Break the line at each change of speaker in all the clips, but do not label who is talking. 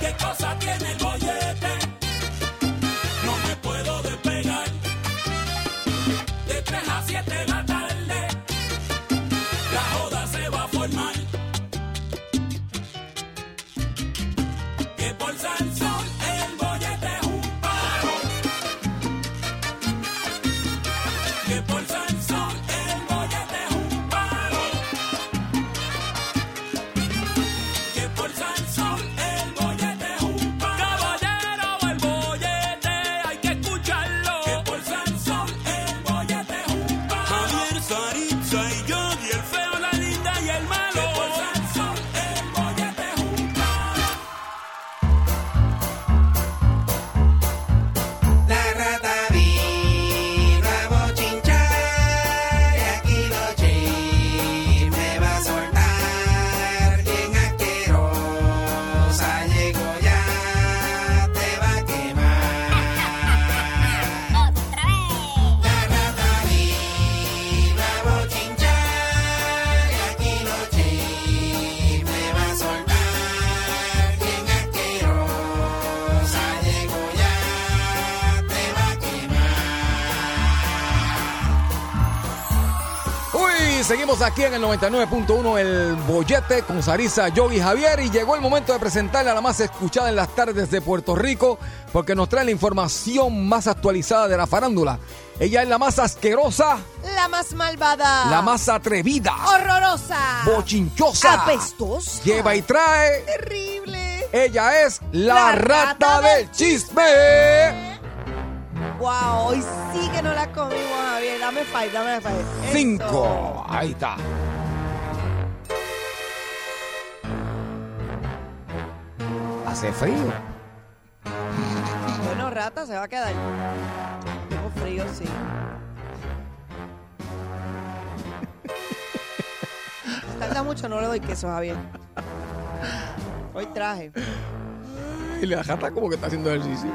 ¿Qué cosa tiene el bollete? No me puedo despegar. De 3 a 7 de la tarde, la joda se va a formar. Que por Sansón el bollete es un paro. Que por Sansón el bollete es un paro. Que por Sansón el bollete es un paro. Caballero, el bollete hay que escucharlo. Que por Sansón el bollete es un paro. Javier, Saritza y yo, y el feo, la linda y el malo. Que por Sansón el bollete es un paro.
La rata vino a bochinchar y aquí los chismes va a soltar. Bien asquerosa llegó ya, te va a quemar. La rata vino a bochinchar y aquí los chismes va a soltar. Bien asquerosa llegó ya, te va a
Uy, seguimos aquí en el 99.1 El Bollete con Sarisa, Yogi Javier y llegó el momento de presentarle a la más escuchada en las tardes de Puerto Rico porque nos trae la información más actualizada de la farándula. Ella es la más asquerosa,
La más malvada.
la más atrevida,
horrorosa.
bochinchosa,
Apestosa.
lleva y trae.
Terrible.
Ella es la,
La
rata,
rata
del
del
chisme.
Wow, hoy sí que no la comimos, Javier. Dame five, dame five. Eso.
Cinco. Ahí está. Hace frío.
Bueno, rata, se va a quedar. Tengo frío, sí. Si Tarda mucho, no le doy queso, Javier. Hoy traje.
Y la jata como que está haciendo ejercicio.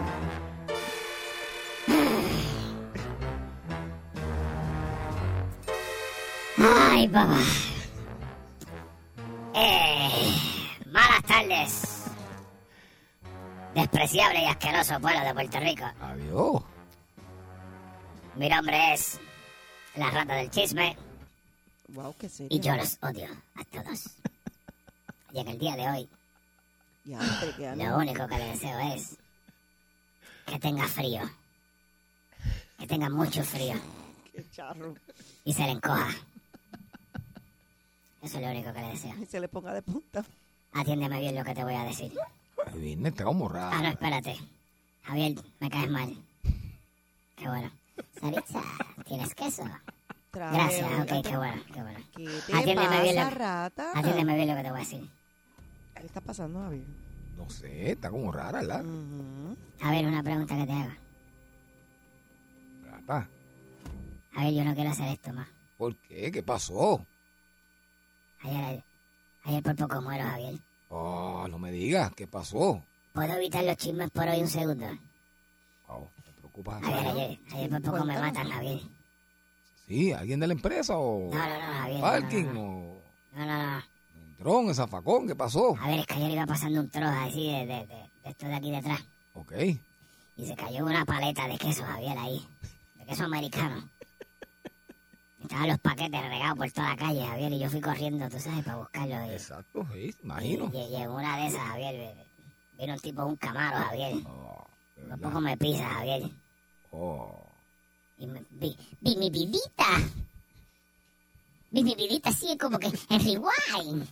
Ay, papá. Eh, malas tardes. Despreciable y asqueroso pueblo de Puerto Rico.
Adiós.
Mi nombre es la rata del chisme
Wow, qué
y
serio.
yo los odio a todos. Y en el día de hoy,
Ya, hombre, qué hambre.
lo único que le deseo ¿eh? es que tenga frío. Que tenga mucho frío
Qué charro.
y se le encoja. Eso es lo único que le deseo.
Y se le ponga de punta.
Atiéndeme bien lo que te voy a decir.
Ay, Viene, te vamos
Ah, no, espérate. Javier, me caes mal. Qué bueno. Saritza, ¿tienes queso?
Traje.
Gracias, ok,
rata.
qué bueno, qué bueno.
¿Qué te
Atiéndeme bien,
pasa,
lo-
rata?
Atiéndeme bien lo que te voy a decir.
¿Qué está pasando, Javier?
No sé, está como rara la
Javier, una pregunta que te hago.
rata.
Javier, yo no quiero hacer esto más.
¿Por qué? ¿Qué pasó?
Ayer, ayer por poco muero, Javier.
Oh, no me digas, ¿qué pasó?
¿Puedo evitar los chismes por hoy un segundo?
Oh, ¿Te preocupas?
Javier, ayer, ayer por poco me matan, Javier.
Sí, ¿alguien de la empresa o
No, no, no, Javier. no,
parking
No, no,
o
no. no, no.
dron, zafacón? ¿Qué pasó?
Javier, es que ayer iba pasando un trozo así de, de, de, de esto de aquí detrás.
Ok.
Y se cayó una paleta de queso, Javier, ahí. De queso americano. Estaban los paquetes regados por toda la calle, Javier, y yo fui corriendo, tú sabes, para buscarlo. Y,
Exacto, sí,
y,
imagino.
y en una de esas, Javier, eh, vino un tipo, un camaro, Javier.
Oh, de
Por
verdad.
poco me pisa, Javier.
Oh,
Y me- vi, vi mi vidita. Vi mi vidita así, como que en rewind.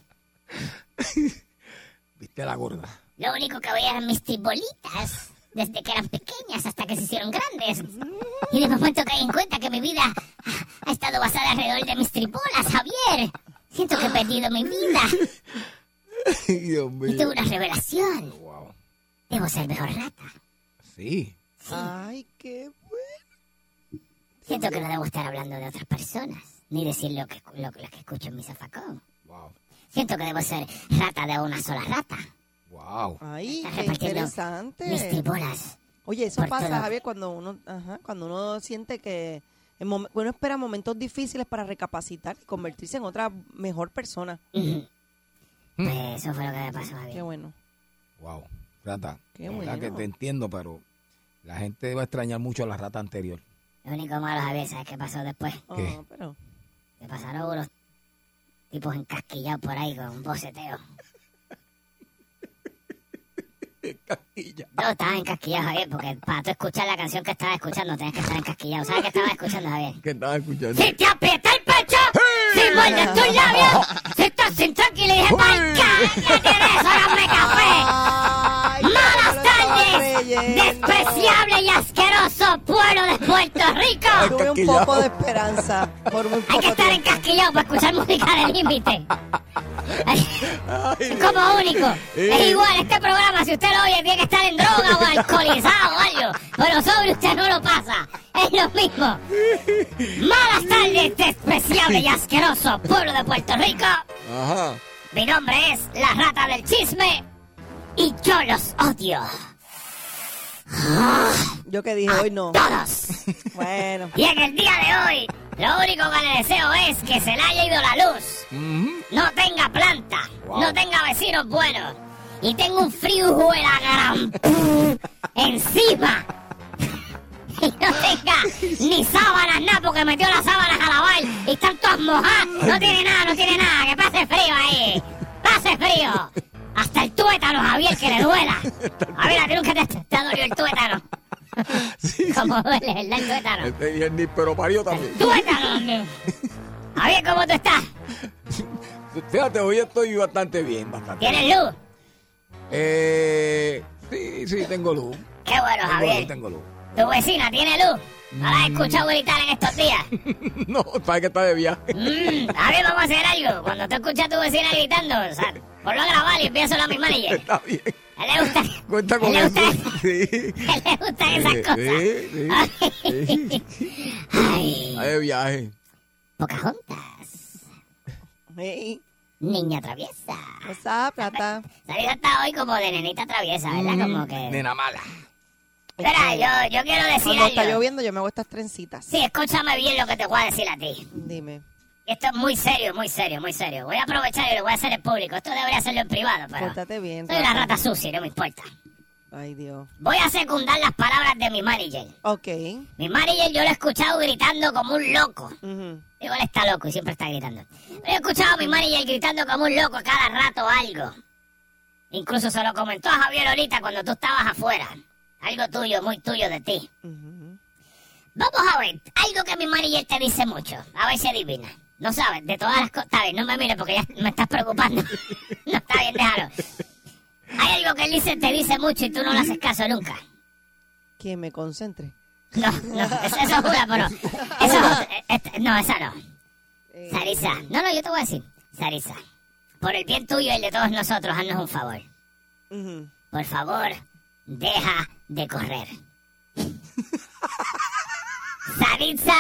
viste la gorda.
Lo único que veía eran mis tibolitas. Desde que eran pequeñas hasta que se hicieron grandes. Y de momento caí en cuenta que mi vida ha estado basada alrededor de mis tribolas, Javier. Siento que he perdido mi vida.
Dios
Y
mío.
tuve una revelación.
Wow.
Debo ser mejor rata.
Sí.
Ay, qué bueno.
Siento que no debo estar hablando de otras personas. Ni decir lo que, lo, lo que escucho en mi zafacón.
Wow.
Siento que debo ser rata de una sola rata.
Wow.
Ay,
Estás
qué
repartiendo
interesante.
Mis tribolas.
Oye, eso
por
pasa,
todo.
Javier, cuando uno, ajá, cuando uno siente que En mom- Uno espera momentos difíciles para recapacitar y convertirse en otra mejor persona.
Pues eso fue lo que me pasó,
Qué
Javier.
bueno.
Wow, rata.
Qué
la verdad que
bueno.
te entiendo, pero la gente va a extrañar mucho a la rata anterior.
Lo único malo, Javier, ¿sabes qué pasó después?
¿Qué?
Ah, pero
Me pasaron unos tipos encasquillados por ahí con un boceteo. Yo estaba encasquillado, Javier, porque para tú escuchar la canción que estaba escuchando tenías que estar encasquillado. ¿Sabes qué estaba escuchando, Javier?
¿Qué estaba escuchando?
Si te aprieta el pecho, si muerdes tus labios, si estás sin tranqui, le dije, ¡Pal caña que eres, órame café!
¡Ay, ya
¡Malas
lo estaba
tardes!
creyendo!
¡Despreciable y asqueroso pueblo de Puerto Rico!
Tuve un
Casquillado.
poco de esperanza por muy
Hay que
poco
estar
tiempo.
encasquillado para escuchar música de límite.
Ay, Eh.
Como único. Es igual, este programa, si usted lo oye, tiene que estar en droga o alcoholizado o algo. Pero sobre usted no lo pasa. Es lo mismo. Malas tardes, despreciable y asqueroso pueblo de Puerto Rico.
Ajá.
Mi nombre es la rata del chisme. Y yo los odio.
Yo que dije, hoy no.
¡Ah! Todos.
Bueno,
Y en el día de hoy, lo único que le deseo es que se le haya ido la luz. No tenga planta.
Wow.
No tenga vecinos buenos. Y tenga un frío de la gran pu- encima. Y no tenga ni sábanas, nada, porque metió las sábanas a lavar y están todas mojadas. No tiene nada, no tiene nada. Que pase frío ahí. Pase frío. Hasta el tuétano, Javier, que le duela. Javier, a ti nunca te, te ha dolido el tuétano. Como duele, ¿verdad? El tuétano.
Este y el ni pero parió también.
Tuétano. hombre. Javier, ¿cómo tú estás?
Fíjate, hoy estoy bastante bien, bastante. bien.
¿Tienes luz?
Eh, sí, sí, tengo luz.
Qué bueno,
Tengo luz,
Javier.
tengo luz.
Tu vecina tiene luz. No la he escuchado gritar en estos días.
No, sabes que está de viaje.
Mm, Javier, vamos a hacer algo. Cuando tú escuchas a tu vecina gritando, o sea, ponlo a grabar y envíaselo a mi manager.
Está bien.
A él le gusta.
Cuenta
a
con
él le
eso.
gusta-
Sí.
a él le gustan esas
Sí,
cosas.
sí,
Ay,
Está de viaje.
Pocahontas,
hey,
niña traviesa.
esa plata.
Salida está hoy como de nenita traviesa, ¿verdad? Como que.
Mm, Nena mala.
Espera, yo, yo quiero decir
Cuando está
algo.
lloviendo, yo me hago estas trencitas.
Sí, escúchame bien lo que te voy a decir a ti.
Dime,
Esto es muy serio, muy serio, muy serio. Voy a aprovechar y lo voy a hacer en público. Esto debería hacerlo en privado, pero.
pórtate bien.
Soy una
rata.
rata sucia, y no me importa.
Ay, Dios.
Voy a secundar las palabras de mi manager.
Ok.
Mi manager yo lo he escuchado gritando como un loco.
ujú.
Igual está loco y siempre está gritando. Pero he escuchado a mi manager gritando como un loco a cada rato algo. Incluso se lo comentó a Javier ahorita cuando tú estabas afuera. Algo tuyo, muy tuyo de ti. Vamos a ver, algo que mi manager te dice mucho. A ver si adivina. No sabes, de todas las cosas. Está bien, no me mires porque ya me estás preocupando. no está bien, déjalo. Hay algo que él dice, te dice mucho y tú no le haces caso nunca.
Que me concentre.
No, no, eso, eso es una, pero. Eso, eh, este, no, esa no. Sarisa, no, no, yo te voy a decir. Sarisa, por el bien tuyo y el de todos nosotros, haznos un favor.
Ujú.
Por favor, deja de correr. Sarisa,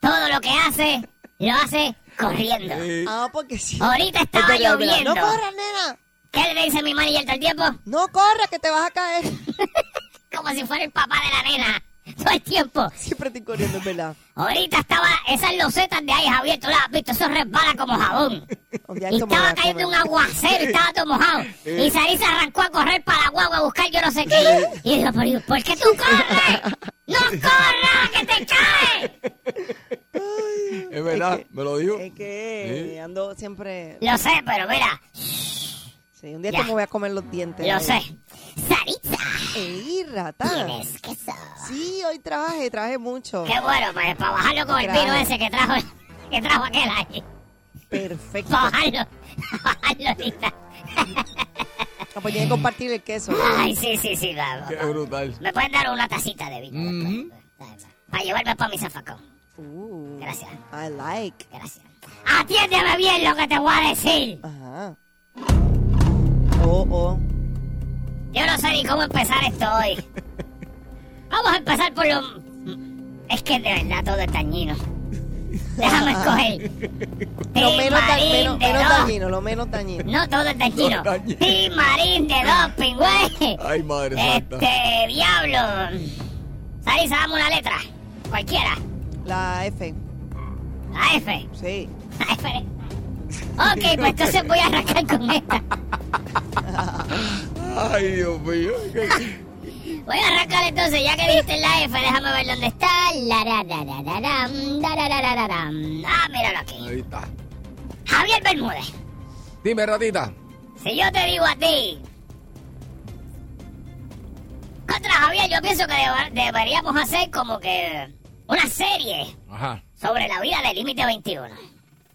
todo lo que hace, lo hace corriendo.
Ah, porque si.
Ahorita estaba
Espera, espera,
lloviendo.
No corras, nena.
¿Qué le dice mi manager todo el tiempo?
No corras, que te vas a caer.
Como si fuera el papá de la nena. Todo el tiempo.
Siempre estoy corriendo, es verdad.
Ahorita estaba esas losetas de ahí, Javier, tú las has visto, eso resbala como jabón.
Un día
Y
esto me
estaba
va a
cayendo
comer.
un aguacero y estaba todo mojado. Y Sarisa arrancó a correr para la guagua a buscar yo no sé qué. Y dijo, "Pero, ¿por qué tú corres? ¡No corras, que te caes!
Es verdad, me lo dijo.
Es que
Sí.
ando siempre.
Lo sé, pero mira,
Sí, un día
Ya.
te me voy a comer los dientes.
lo
Ay.
sé. Sarisa,
Ey, rata.
tienes queso.
Sí, hoy trabajé, trabajé mucho.
Qué bueno, pues, para bajarlo con el
Gracias.
vino ese que trajo, que trajo aquel ahí.
Perfecto.
Para bajarlo, para bajarlo ahorita.
Ah, pues tiene que compartir el queso.
Ay, sí, sí, sí, vamos.
Qué brutal.
Me pueden dar una tacita de vino.
Mhm.
después? Para llevarme para mi zafacón.
Uh,
Gracias.
I like.
Gracias. Atiéndeme bien lo que te voy a decir.
Ajá. Oh, oh.
Yo no sé ni cómo empezar esto hoy. Vamos a empezar por lo... Es que de verdad todo es dañino. Déjame escoger.
Lo
Tin
menos, da-
Marín
menos-
de
menos
dos.
dañino, lo menos dañino.
No, todo es dañino.
Todo dañino.
Tin Marín de dos, pingüe.
Ay, madre santa.
Este, diablo. Sarisa, dame una letra. Cualquiera.
La F,
La F.
sí.
La F. Ok, pues entonces voy a arrancar con esta.
Ay, Dios mío.
Voy a arrancar entonces, ya que viste la F, déjame ver dónde está. La, ra, ra, ra, ra, ram, da, ra, ra, ra, ra, ram. Ah, míralo aquí.
Ahí está.
Javier Bermúdez,
Dime, ratita.
si yo te digo a ti... Contra Javier, yo pienso que deba- deberíamos hacer como que una serie
Ajá.
sobre la vida del Límite 21.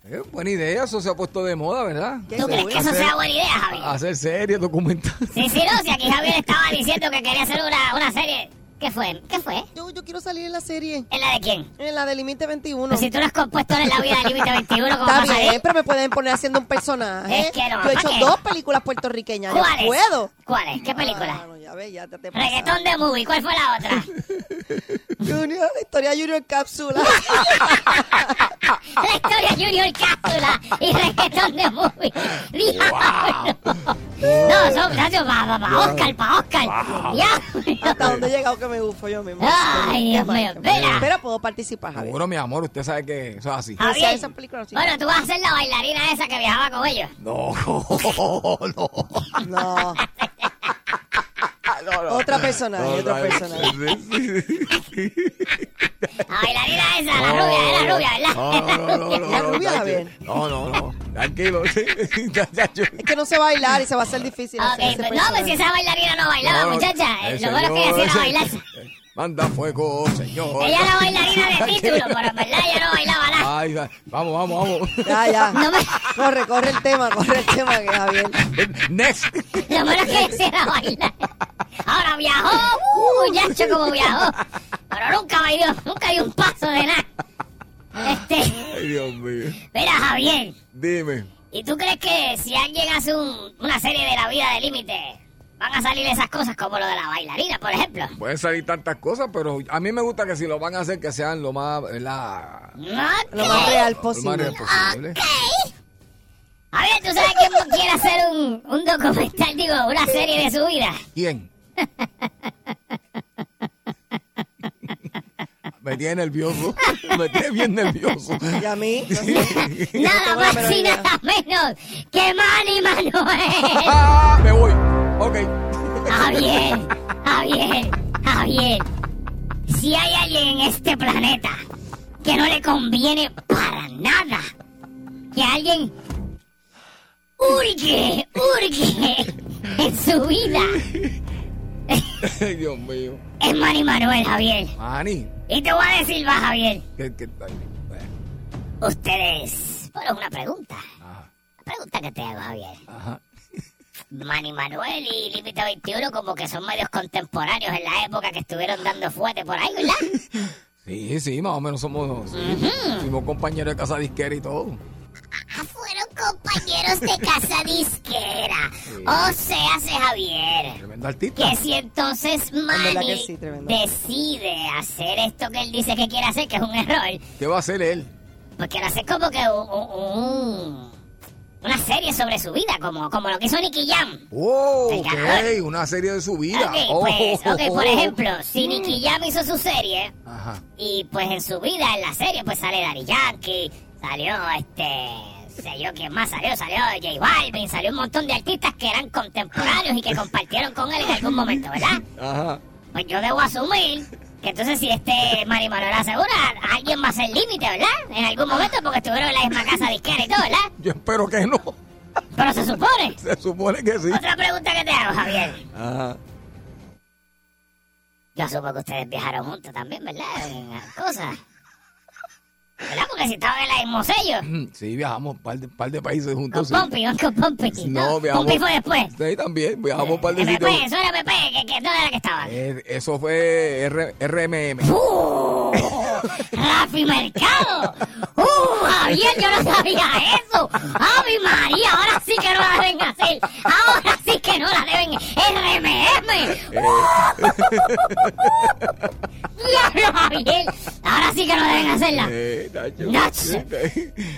Eh, buena idea, eso se ha puesto de moda, ¿verdad?
¿Qué
¿Tú crees que eso
hacer-
sea buena idea, Javier?
Hacer series, documentales.
Sí, sí, no, si aquí Javier estaba diciendo que quería hacer una, una serie. ¿Qué fue? ¿Qué fue?
Yo, yo quiero salir en la serie,
¿En la de quién?
en la de Límite 21.
Pues si tú no has compuesto en la vida del límite 21, ¿cómo
Está
vas a
bien,
salir?
pero me pueden poner haciendo un personaje.
Es que no,
yo he
¿pa'
hecho
qué?
dos películas puertorriqueñas. Yo
¿Cuáles?
puedo.
¿Cuáles? ¿Qué
Ah,
película?
no, ya ves, ya te, te pasas.
Reggaetón de movie, ¿cuál fue la otra?
Junior, la historia de Junior Cápsula.
la historia Junior Cápsula y reggaetón de movie. ¡Diablo! No, son gracias para Oscar, para Oscar.
Hasta
¡Diablo!
donde he llegado que me bufo yo mismo.
Ay, Dios mío, espera.
Pero puedo participar, Javier.
Seguro, mi amor, usted sabe que eso es así.
Ah.
Javier,
esas películas sí.
Bueno, tú vas a ser la bailarina esa que viajaba con ellos.
No, Oh, no.
No. Otra personaje, otra personaje.
La bailarina esa, la rubia, es la rubia, ¿verdad?
No, no, no, no,
La
no,
rubia,
chacho.
Javier.
No, no, no. Tranquilo. Chacho.
Es que no sé bailar y se va a hacer difícil.
Ok,
hacer ese
pues no, pues si
personaje.
esa bailarina no bailaba,
No, no,
muchacha. eh,
el
Lo bueno es que ella sí
señor,
era bailarse.
ese- Manda fuego, señor.
Ella era bailarina de título, pero en verdad ella no bailaba nada.
Ay, va- vamos, vamos, vamos.
Ya, ya.
No me-
Corre, corre el tema, corre el tema, que Javier.
Next.
Lo bueno es que ella sí era bailar. Ahora viajó, uh, muchacho, como viajó. Pero nunca bailó, nunca dio un paso de nada. Este,
Ay, Dios mío.
mira, Javier,
Dime.
¿y tú crees que si alguien hace un- una serie de la vida de límite, van a salir esas cosas como lo de la bailarina, por ejemplo?
Pueden salir tantas cosas, pero a mí me gusta que si lo van a hacer, que sean lo más, ¿verdad?
Lo más
Ok,
real
Lo más real
posible.
posible.
ok. Javier, ¿tú sabes quién quiere hacer un, un documental, digo, una serie de su vida?
¿Quién? Me tiene nervioso. Me tiene bien nervioso.
Y a mí, no sé.
Nada
Bueno,
más
pero
y
ya.
nada menos que Manny Manuel.
Ah, me voy. Ok.
Ah, Javier, Javier, Javier. Si hay alguien en este planeta que no le conviene para nada que alguien urge, urge en su vida,
Ay, Dios mío.
es Manny Manuel, Javier.
Mani.
Y te voy a decir, va, Javier.
¿Qué, qué tal? Bueno,
Ustedes. Bueno, una pregunta.
Ajá.
Una pregunta que te hago, Javier.
Ajá.
Manny Manuel y Límite 21 como que son medios contemporáneos en la época que estuvieron dando fuerte por ahí, ¿verdad?
Sí, sí, más o menos somos. sí. Fuimos compañeros de casa disquera y todo.
Ah, fueron compañeros de casa disquera. O sea, hace Javier.
Tremendo artista.
Que si entonces
verdad
Manny
que sí, tremendo.
decide hacer esto que él dice que quiere hacer, que es un error,
¿Qué va a hacer él?
pues quiere hacer como que un- un- un- una serie sobre su vida, como, como lo que hizo Nicky Jam.
Oh,
El
ok,
ganador.
una serie de su vida.
Ok,
Oh,
pues,
oh,
ok,
oh,
por
oh.
ejemplo, si
Mm.
Nicky Jam hizo su serie,
Ajá.
y pues en su vida, en la serie, pues sale Daddy Yankee, salió este, sé yo quién más salió, salió J Balvin, salió un montón de artistas que eran contemporáneos y que compartieron con él en algún momento, ¿verdad?
Ajá.
Pues yo debo asumir que entonces si este Mari Manuel asegura, alguien va a ser límite, ¿verdad? En algún momento porque estuvieron en la misma casa disquera y todo, ¿verdad?
Yo espero que no.
Pero se supone.
Se supone que sí.
Otra pregunta que te hago, Javier.
Ajá.
Yo asumo que ustedes viajaron juntos también, ¿verdad? En las cosas. ¿Verdad? Porque si estaban en el mismo sello.
Mm, Sí, viajamos un par de, par de países
Con
juntos. sí.
Pompi, van con Pompi.
No,
No,
viajamos-
Pompi fue después. Eh, pues.
Sí, también. Viajamos un par de
PP,
sitios.
eso era PP, que, que no era que estaba.
Eh, eso fue R- RMM.
¡Uh! ¡Rafi Mercado! ¡Uh, Javier, yo no sabía eso! ¡Ave María! Ahora sí que no la deben hacer. Ahora sí que no la deben. ¡RMM! ¡Uh! ¡Diablo, Javier! Ahora sí que no deben hacerla.
Eh, Nacho.
Nacho.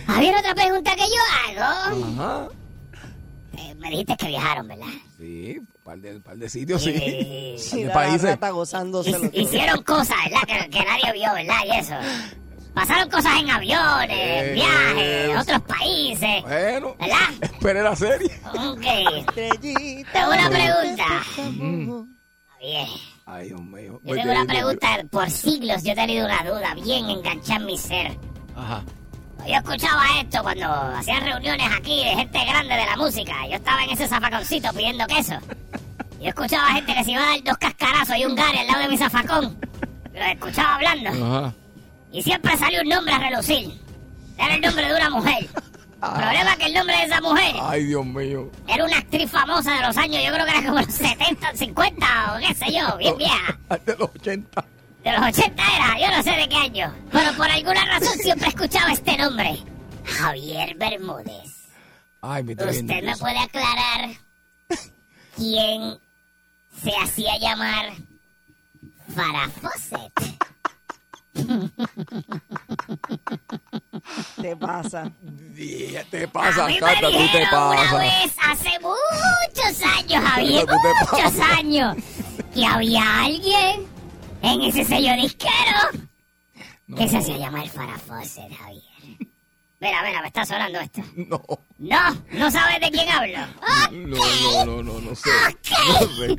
Javier, otra pregunta que yo "Ah, hago.
Ajá.
Eh, me dijiste que viajaron, ¿verdad?
Sí, un par de, un par de sitios, sí.
Eh,
Un par
Sí,
de
la
países.
rata gozándoselo.
Hic-
todo.
Hicieron cosas, ¿verdad? Que, que nadie vio, ¿verdad? Y eso. Pasaron cosas en aviones,
eh,
viajes, otros países.
Bueno,
¿Verdad?
espere la serie.
Ok.
Estrellita.
Tengo una pregunta. Bien.
Ay, Dios mío.
Yo tengo una pregunta. Por siglos yo he tenido una duda bien enganchada en mi ser.
Ajá.
Yo escuchaba esto cuando hacían reuniones aquí de gente grande de la música. Yo estaba en ese zafaconcito pidiendo queso. Yo escuchaba gente que se iba a dar dos cascarazos y un gare al lado de mi zafacón. Los escuchaba hablando.
Ajá.
Y siempre salió un nombre a relucir. Era el nombre de una mujer. El problema es que el nombre de esa mujer
Ay, Dios mío.
era una actriz famosa de los años, yo creo que era como los 70, 50 o qué sé yo, bien vieja.
De los 80.
De los 80 era, yo no sé de qué año. Pero por alguna razón siempre escuchaba este nombre. Javier Bermúdez.
Ay, mi tremendo.
¿Usted me puede aclarar quién se hacía llamar Farah Fawcett?
Te pasa.
Die- Te
A
pasa,
mí me
Cata, tú te
dijeron una
pasas.
vez hace muchos años, Javier,
Tú te
muchos años, que había alguien en ese sello disquero que se hacía llamar Farah Fawcett, Javier. Mira, mira, me está sonando esto.
No,
No, no sabes de quién hablo. Ok,
no, no, no, no, no sé. No sé.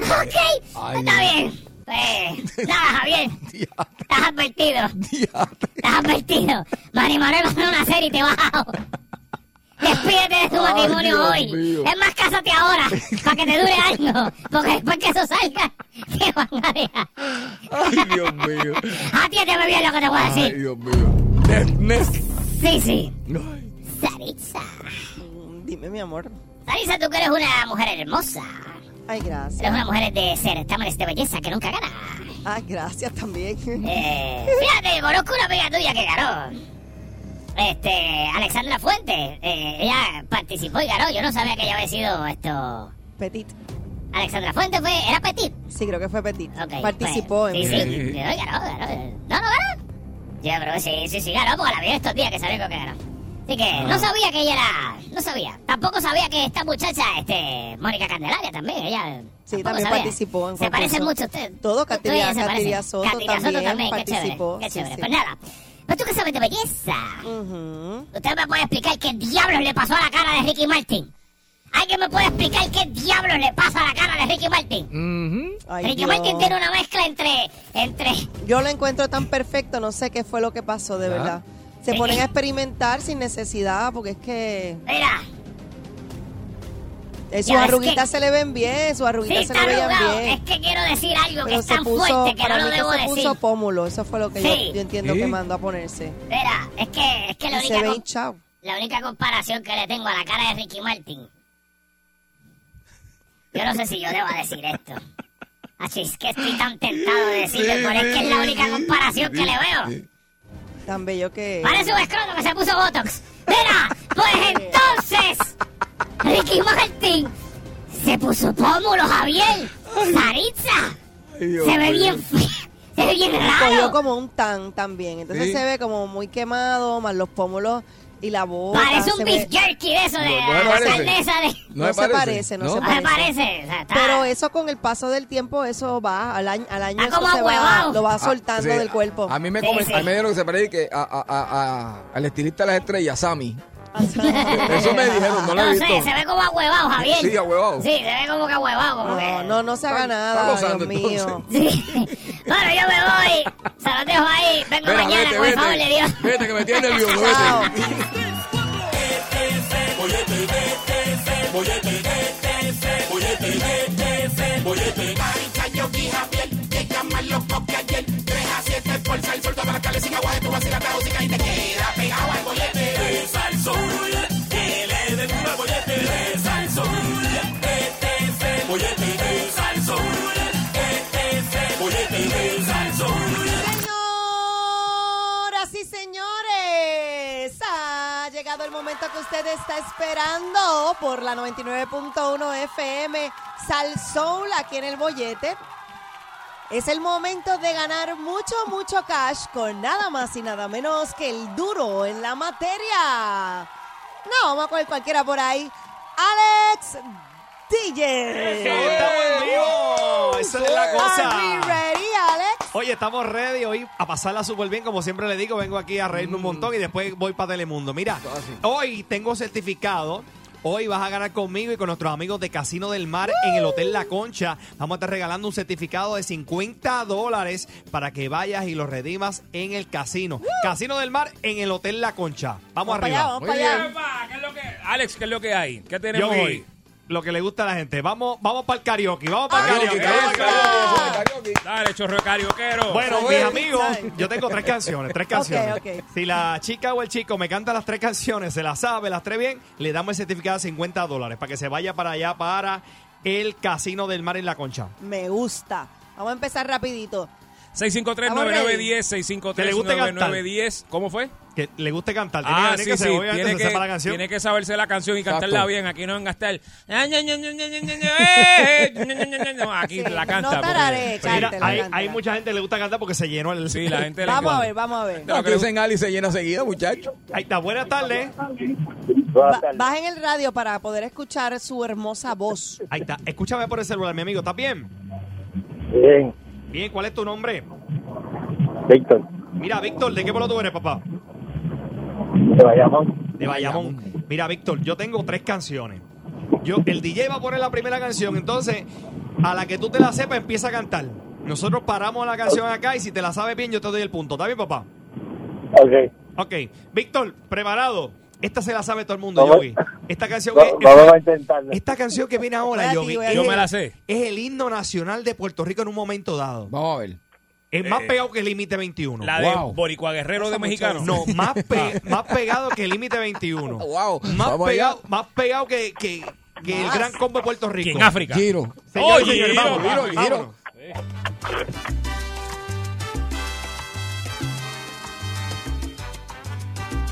ok,
Ay,
está
Dios.
bien. Eh, nada, Javier,
Diatre,
estás advertido,
diatre.
estás advertido. Manny Manuel va a hacer una serie y te bajo. Despídete de tu
Ay,
matrimonio
Dios
hoy.
mío.
Es más, cásate ahora, para que te dure algo. Porque después que eso salga, te van a dejar.
Ay, Dios mío.
Atiéndeme bien lo que te voy a
Ay,
decir.
Dios mío. Desnes.
Sí, sí.
Ay.
Saritza.
Mm, Dime, mi amor.
Saritza, tú que eres una mujer hermosa.
Ay,
Eres
gracias.
una mujer de ser, certámenes de belleza que nunca gana.
Ay, gracias también.
Eh, fíjate, conozco una amiga tuya que ganó. Este, Alexandra Fuentes. Eh, ella participó y ganó. Yo no sabía que ella había sido esto.
Petit.
Alexandra Fuentes fue, era Petit.
Sí, creo que fue Petit.
Ok,
Participó
pues, Sí,
en.
sí. Ganó, ganó, ganó. No, no ganó. Yo creo que sí, sí, sí, ganó porque la vi estos días que sabía que ganó. Así que no
Ah.
sabía que ella era. No sabía. Tampoco sabía que esta muchacha, este, Mónica Candelaria también. Ella.
Sí,
tampoco
también
sabía.
participó en
Se
concurso.
parecen mucho a usted.
Todo,
Tú- tú y
Catiria-
ella se parecen.
Catiria Soto
Catiria Soto
también
también, qué
participó,
chévere. Qué
sí,
chévere.
sí.
Pues nada. Pues tú que sabes de belleza.
Ujú.
¿Usted me puede explicar qué diablos le pasó a la cara de Ricky Martin? ¿Alguien me puede explicar qué diablos le pasa a la cara de Ricky Martin?
Ujú.
Ay,
Ricky
Dios.
Martin tiene una mezcla entre. entre.
Yo lo encuentro tan perfecto, no sé qué fue lo que pasó, de
Ah.
verdad. Se
Sí.
ponen a experimentar sin necesidad, porque es que
Mira,
eh, sus
Ya, es
arruguitas
que-
se le ven bien, sus
sí
arruguitas se
está
le veían
arrugado. Es
bien.
que quiero decir algo que
Pero
es
se
tan
puso,
fuerte que no
para
lo
mí que
debo
se
decir.
puso pómulo, eso fue lo que yo-
Sí.
yo, entiendo
Sí.
que mandó a ponerse.
Mira, es que, es que la
Y se
única,
ve
com-
hinchado.
la única comparación que le tengo a la cara de Ricky Martin. Yo no sé si yo debo decir esto. Así es que estoy tan tentado de decirlo,
Sí,
pero es que
sí,
es la
sí,
única
sí,
comparación que
sí,
le veo.
sí.
Tan bello que.
Parece un escroto que se puso Botox. Mira, pues entonces, Ricky Martin se puso pómulo, Javier. Saritza.
Ay, Dios
Se ve
mío.
bien fe- se ve bien
Cogió
raro.
como un tan también. Entonces
Sí.
se ve como muy quemado, más los pómulos y la boca.
Parece
se
un
ve-
beef jerky de eso, de
No, no me
la
parece.
carneza de...
No se parece, no se
No me parece. o sea, está-
Pero eso con el paso del tiempo, eso va, al año, al año
Está
eso
como
se va,
ahuevado.
lo va
Ah,
soltando
sí,
del
a-
cuerpo.
A, mí me
Sí,
comen-
sí.
a mí me dijeron que se parece que a, a- a- a- al estilista de las estrellas, Sammy. Eso me dijeron, no lo he
No
visto.
sé, se ve como ahuevado, Javier.
Sí, ahuevado.
Sí, se ve como que ahuevado, como
No,
que...
no, no se haga nada,
está gozando,
Dios mío.
entonces.
Sí. Bueno, yo me voy. Se los dejo ahí. Vengo
Espera,
mañana, con el favor de Dios.
Vete, que me tiene nervioso.
Chao.
Vete.
Señoras y señores, ha llegado el momento que usted está esperando por la 99.1 FM Sal Soul aquí en el bollete. Es el momento de ganar mucho, mucho cash con nada más y nada menos que el duro en la materia. No, vamos a coger cualquiera por ahí. Alex DJ.
Estamos en vivo. Oh, Esa es la
Are we
cosa.
ready, Alex?
Oye, estamos ready hoy a pasarla súper bien. Como siempre le digo, vengo aquí a reírme un montón y después voy para Telemundo. Mira, hoy tengo certificado. Hoy vas a ganar conmigo y con nuestros amigos de Casino del Mar en el Hotel La Concha. Vamos a estar regalando un certificado de 50 dólares para que vayas y lo redimas en el casino. Casino del Mar en el Hotel La Concha. Vamos,
Vamos para allá,
arriba.
vamos para
Muy
allá.
Epa, ¿qué es lo que, Alex, ¿qué es lo que hay? ¿Qué tenemos
Yogi,
hoy?
lo que le gusta a la gente. Vamos, vamos para el karaoke. Vamos para el
Ay,
karaoke.
qué
vamos pa'l
rico.
karaoke.
Dale, chorro de carioquero.
Bueno, mis
Bueno,
amigos,
¿sabes?
yo tengo tres canciones, tres canciones.
ok.
Si la chica o el chico me canta las tres canciones, se las sabe, las tres bien, le damos el certificado de 50 dólares para que se vaya para allá, para el Casino del Mar en La Concha.
Me gusta. Vamos a empezar rapidito.
653-9910,
Que le guste cantar.
653-9910. ¿Cómo fue?
Que le guste cantar. Tiene
Ah,
que venir
sí,
que
sí.
se oiga,
Tiene
que se
que,
sepa la canción.
tiene que saberse la canción y
Exacto.
cantarla bien. Aquí no van a gastar. Aquí
Sí,
la
no
canta.
tararé,
porque-
Mira,
Cántela,
hay,
cántela.
hay mucha gente que le gusta cantar porque se llenó el...
Sí, la gente le
Vamos a
encanta.
ver, vamos a ver.
No,
No,
que
creo-
dicen Ali se llena seguida, muchacho.
Ahí está, buenas tardes.
Ba- bajen el radio para poder escuchar su hermosa voz.
Ahí está, escúchame por el celular, mi amigo, ¿estás bien?
Bien,
Bien, ¿cuál es tu nombre?
Víctor,
Mira, Víctor, ¿de qué pueblo tú eres, papá?
te vayamos.
de Bayamón. Mira, Víctor, yo tengo tres canciones. Yo, el DJ va a poner la primera canción, entonces a la que tú te la sepas empieza a cantar. Nosotros paramos la canción acá y si te la sabes bien yo te doy el punto. ¿Está bien, papá?
Ok,
Ok. Víctor, preparado. Esta se la sabe todo el mundo,
Vamos.
Yogi. Esta canción
va-
es-
vamos a intentarlo.
Esta canción que viene ahora,
Voy a ti,
Yogi,
voy a
es
Yo
ti.
el-
me la sé.
es el himno nacional de Puerto Rico en un momento dado.
Vamos a ver.
Es más
Eh,
pegado que el límite 21.
La de
Wow.
Boricua Guerrero de Mexicano.
No, más, pe- más pegado que el límite 21.
Ah. Wow.
Más
Vamos
pegado,
allá.
más pegado que, que- que el gran combo de Puerto Rico.
Que en África.
Giro.
Señores,
Oye,
señores, vamos,
giro,
vamos,
giro.
vámonos.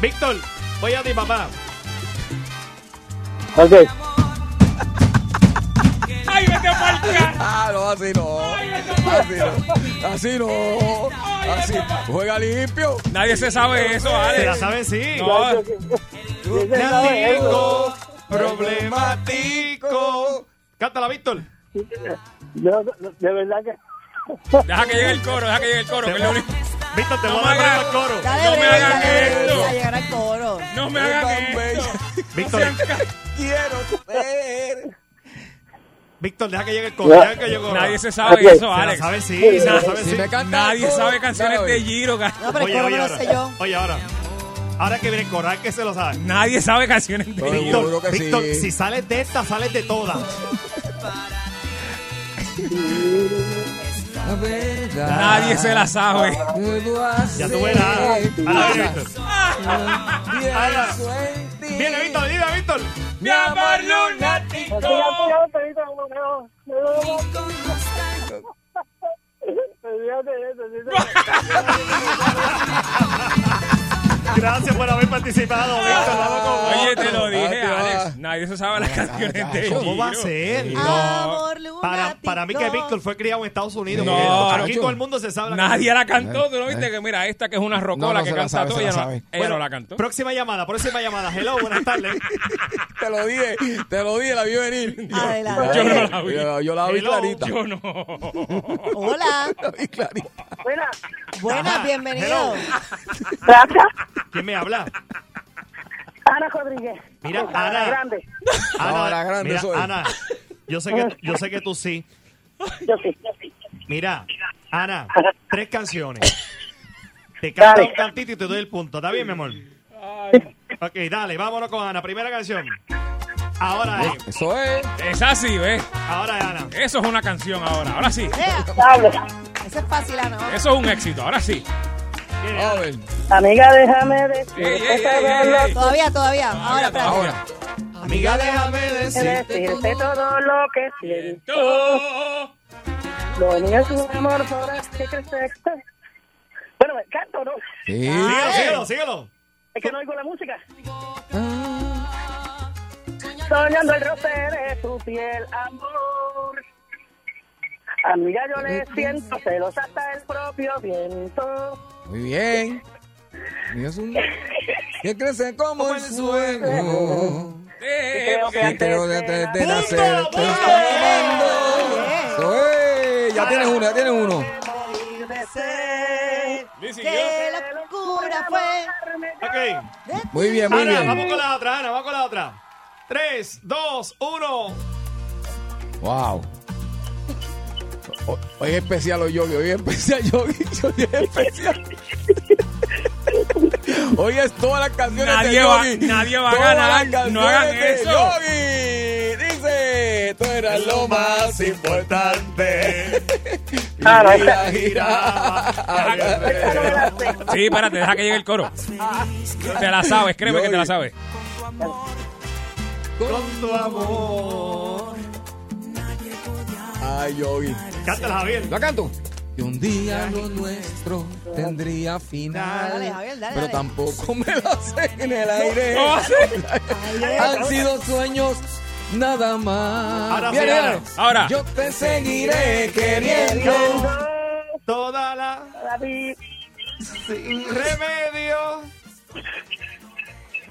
Víctor, voy a ti, papá.
Ok,
¡Ay, vete pa'l ca-
Ah, no, así no. Así no. Así no. Así. Juega limpio.
Nadie se sabe eso,
Se la
Alex.
saben, sí.
No,
Problemático, problemático. Cántala, Víctor.
yo, de verdad que
deja que llegue el coro, deja que llegue el coro. que es lo único-
Víctor, te
No
voy
me
a dejar el
hagas-
coro.
Dale,
No me
breve,
hagan
dale, breve,
esto.
a llegar al coro.
No me hagan
Tan bella.
esto.
Víctor,
Quiero ser.
Víctor, deja que llegue el coro. deja Ah, que llegue el coro.
Nadie se sabe
Ok.
eso,
Se la
Alex.
saben, sí. Se la saben,
Si
sí.
me canta
Nadie
todo,
sabe canciones
sabe.
de Giro. ca-
No, pero el coro me lo
ahora,
sé yo.
oye, ahora. Ahora que viene el coro, ahora que se lo sabe.
Nadie sabe canciones de
Todo.
Giro.
Víctor,
Seguro que
Víctor,
sí.
si sales de esta, sales de todas.
La verdad.
Nadie se la sabe.
Debo hacer.
Ya tú verás.
Ah.
Ahora viene Víctor. Ahora.
Pienso en ti.
Viene Víctor, viene Víctor.
Mi amor lunático.
Gracias por haber participado, Víctor. Vamos con vos.
Oye, te lo dije,
Ah, te va.
Alex. Nadie se sabe las canciones de Ah, Giro.
¿Cómo va a ser?
Amor
Para,
lunático.
para mí que Víctor fue criado en Estados Unidos.
No,
porque aquí
Nacho.
todo el mundo se sabe. la
Nadie
canción.
la cantó, tú no viste que mira, esta que es una rocola
Eh. No, no,
que
se la
canta
sabe,
todo,
se la
ella, no,
sabe.
ella
Bueno,
no la cantó.
Próxima llamada, próxima llamada. Hello, buenas tardes.
Te lo dije. Te lo dije. La vi venir.
Adelante.
Yo no la vi.
Yo, yo la vi
Hello,
clarita.
Yo no.
Hola.
La vi clarita.
Ah,
Buenas, Ah, bienvenido.
Gracias.
¿Quién me habla?
Ana Rodríguez.
Mira,
Ana
Ana.
Grande.
Ana,
la grande
mira,
soy.
Ana, yo sé que, yo sé que tú sí.
Yo sí. yo sí.
Mira, Ana, tres canciones. Te canto
Dale.
un cantito y te doy el punto. ¿Está bien, mi amor? Ok, dale, vámonos con Ana. Primera canción. Ahora es,
Eso es.
Es así, ¿ves? Eh.
ahora es Ana.
Eso es una canción ahora. Ahora sí.
Vea,
Pablo.
Eso es fácil, ah, Ana.
Eso es un éxito. Ahora sí.
A ver.
Amiga, déjame decir.
Ey, ey, ey, ey, ey.
Todavía, todavía. Ahora, espérate.
Ahora.
Ah, Amiga, déjame decir.
Decirte todo lo que siento.
Todo.
Lo mío es un amor por que creciste. Bueno, me canto, ¿no?
Sí.
Síguelo, síguelo, síguelo.
Es que no oigo la música.
Ah.
Soñando el roce de tu piel, amor. Amiga, yo le siento celos hasta el propio viento.
Muy bien. Dios un... Que crece como el suelo.
Eh,
Creo que
Que
antes
creo de,
de
de,
la-
de nacer. Te está amando. Eso es. Ya tienes uno, ya tienes uno.
morir de
Sí, siguió.
Qué locura fue.
Ok.
Muy bien, muy
Ana,
bien.
vamos con la otra, Ana, vamos con la otra. 3, 2, 1.
Wow. O- Hoy es especial hoy Yogi, hoy es especial Yogi, hoy es especial. Hoy es todas las canciones
Nadie
de
va-
Yogi.
nadie va a
Todas
ganar,
las
no hagan
canciones de
eso.
Yogi. Dice, tú eras lo más importante.
Ah, no,
Gira,
esta-
gira.
Sí, espérate, deja que llegue el coro. Te la sabes, créeme que te la sabes.
Con tu amor.
Ay, Yogi.
Cántala, Javier.
¿La canto? Y un día lo nuestro tendría final.
Dale, Javier, dale,
pero
dale.
tampoco me la sé en el aire.
Oh,
Ah,
sí.
Han sido sueños nada más.
Ahora sí,
Viene,
ahora.
viene.
Ahora.
Yo te seguiré queriendo.
Toda la. Sin remedio.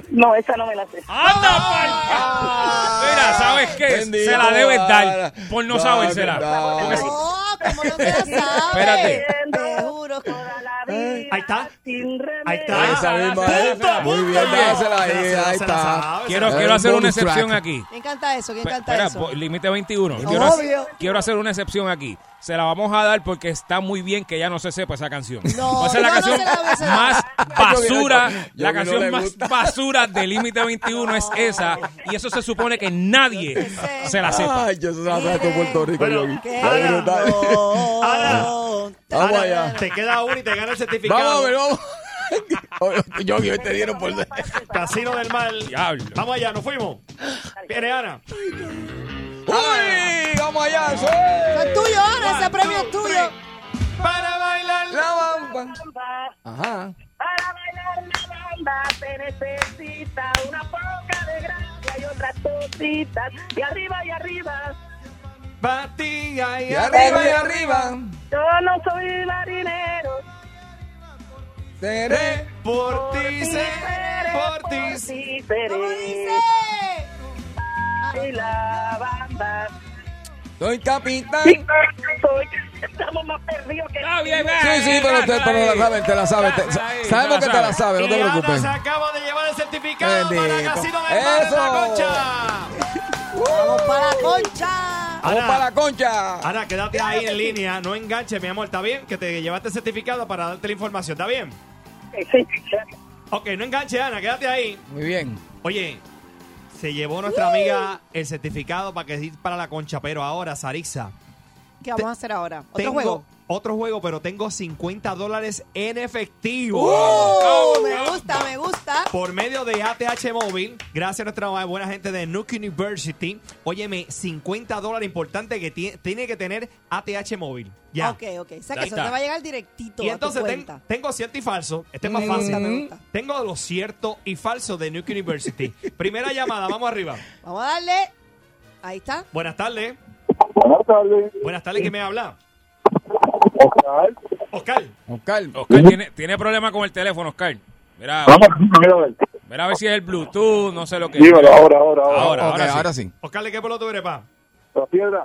No, esa no me la sé.
¡Anda, palca! Mira, ¿sabes qué?
Bendito,
se la debes dar
Ana.
por no
Dale,
sabérsela.
dale.
Porque si-
No, ¿cómo no te la sabes?
Espérate.
Te juro.
Toda la vida
Ahí está.
sin remedio.
Ahí está.
Esa
Ah,
misma
dásela,
es.
dásela.
Muy bien,
Punto.
dásela ahí.
Se la-
Ahí
se la
está.
sabe, se
quiero,
Dale,
quiero hacer una
bonus track.
excepción aquí.
Me encanta eso, me
Pe-
encanta
espera,
eso.
bo- límite 21. Quiero, hacer-
Obvio.
quiero hacer una excepción aquí. Se la vamos a dar porque está muy bien que ya no se sepa esa canción.
No,
Va a ser la
no, no
canción
se la voy a hacer.
más basura.
Yo que no
la
le
canción más
gusta.
basura de Límite 21 es esa. Y eso se supone que nadie
sé.
se la sepa.
Ay, yo se la sabe todo Puerto Rico,
Bueno,
Yogi.
Qué
Dale,
Ana.
brutal.
dolor.
Ana.
Vamos
Ana,
allá.
Te queda una y te gana el certificado.
Vamos a ver, vamos. Oye, Yogi, hoy te dieron por.
Casino del mal.
Diablo.
Vamos allá, nos fuimos. Viene Ana.
¡Uy! ¡Vamos allá! ¡Sí!
Es tuyo, Ana, ese
One,
premio es
two,
tuyo.
three. Para bailar.
La bamba. Ajá.
Para bailar la banda se necesita una poca de gracia y otras cositas. Y arriba y arriba.
Batía y
Y arriba y arriba.
Yo no soy marinero.
Seré.
Por
seré,
ti seré, por ti seré.
ti
¿Cómo dice?
seré. Y la banda.
Soy capitán.
Sí, soy- Estamos más perdidos que.
Está bien,
eh.
Sí, sí, pero te, pero la saben, te la saben. te-
Dásela ahí,
sabemos que te la saben, no
Y
te
Ana
preocupes.
se acaba de llevar el certificado para
Bendito.
Casino del Mar en la
Eso.
concha.
Vamos para la concha.
Vamos
Ana.
para la concha.
Ana, quédate ahí en línea, no enganches, mi amor, ¿está bien? Que te llevaste el certificado para darte la información, ¿está bien?
Sí.
Ok, no enganches, Ana, quédate ahí.
Muy bien.
Oye, se llevó nuestra amiga el certificado para que ir para la concha, pero ahora, Sarixa,
¿Qué vamos a hacer ahora? ¿Otro
tengo
juego?
otro juego, pero tengo 50 dólares en efectivo.
¡Oh!
¡Uh! me gusta, me gusta.
Por medio de ATH Móvil, gracias a nuestra buena gente de Nuke University, óyeme, 50 dólares importante que ti- tiene que tener ATH Móvil. Ya.
Ok, ok. O sea que
Ahí
eso
está.
te va a llegar directito a
Y
tu
entonces ten-
cuenta.
tengo cierto y falso. Este es más
Me
fácil.
gusta, me gusta.
Tengo lo cierto y falso de Nuke University. Primera llamada, vamos arriba.
Vamos a darle. Ahí está.
Buenas tardes.
Buenas tardes.
Buenas tardes, ¿quién me habla?
Oscar.
Oscar.
Oscar.
Oscar tiene, tiene problema con el teléfono, Oscar. Mira,
Vamos, mira, a ver.
mira a ver si es el Bluetooth, no sé lo que es.
Dímelo, ahora, ahora,
Ahora.
ahora.
ok, ahora sí.
Oscar, ¿de qué pueblo tú eres, pa?
La piedra.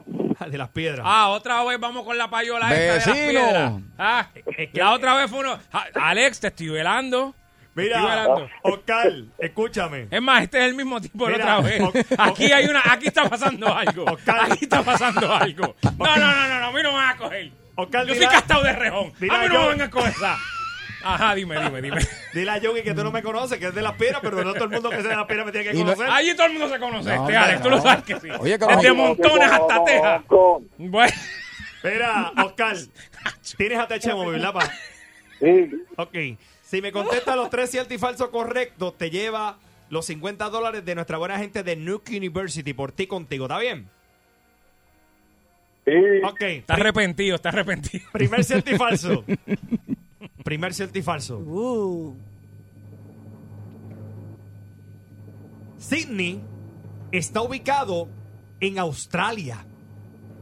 De las piedras.
Ah, otra vez vamos con la payola esta de
Vecino.
las piedras. Ah,
Es que-
la otra vez fue uno. Ah, Alex, te estoy velando. Te estoy
Mira,
velando.
Oscar, escúchame.
Es más, este es el mismo tipo de la
Mira,
otra vez.
o- o-
Aquí hay una, aquí está pasando algo.
Oscar.
Aquí está pasando algo. No, no, no, no, no, a mí no me van a coger.
Oscar,
Yo soy
dile a-
castado de rejón.
dile
A mí
a
no me
Joe-
van a coger esa. Ajá, dime, dime, dime.
Dile a Yogi que tú no me conoces, que es de las piedras, pero no todo el mundo que sea de las piedras me tiene que
Y no-
conocer.
Allí todo el mundo se conoce,
No,
este
hombre,
Alex, tú lo
no.
sabes que sí.
Oye, cabrón.
Desde Montones hasta Texas.
Con-
Bueno,
Mira, Oscar, tienes ATH móvil, ¿verdad, pa?
Sí.
Ok. Si me contestas los tres ciertos y falsos correctos, te lleva los 50 dólares de nuestra buena gente de Nuke University por ti contigo, ¿está bien?
Sí.
Ok.
está arrepentido, está arrepentido.
Primer cierto y falso. Primer cierto y falso.
Uh.
Sydney está ubicado en Australia.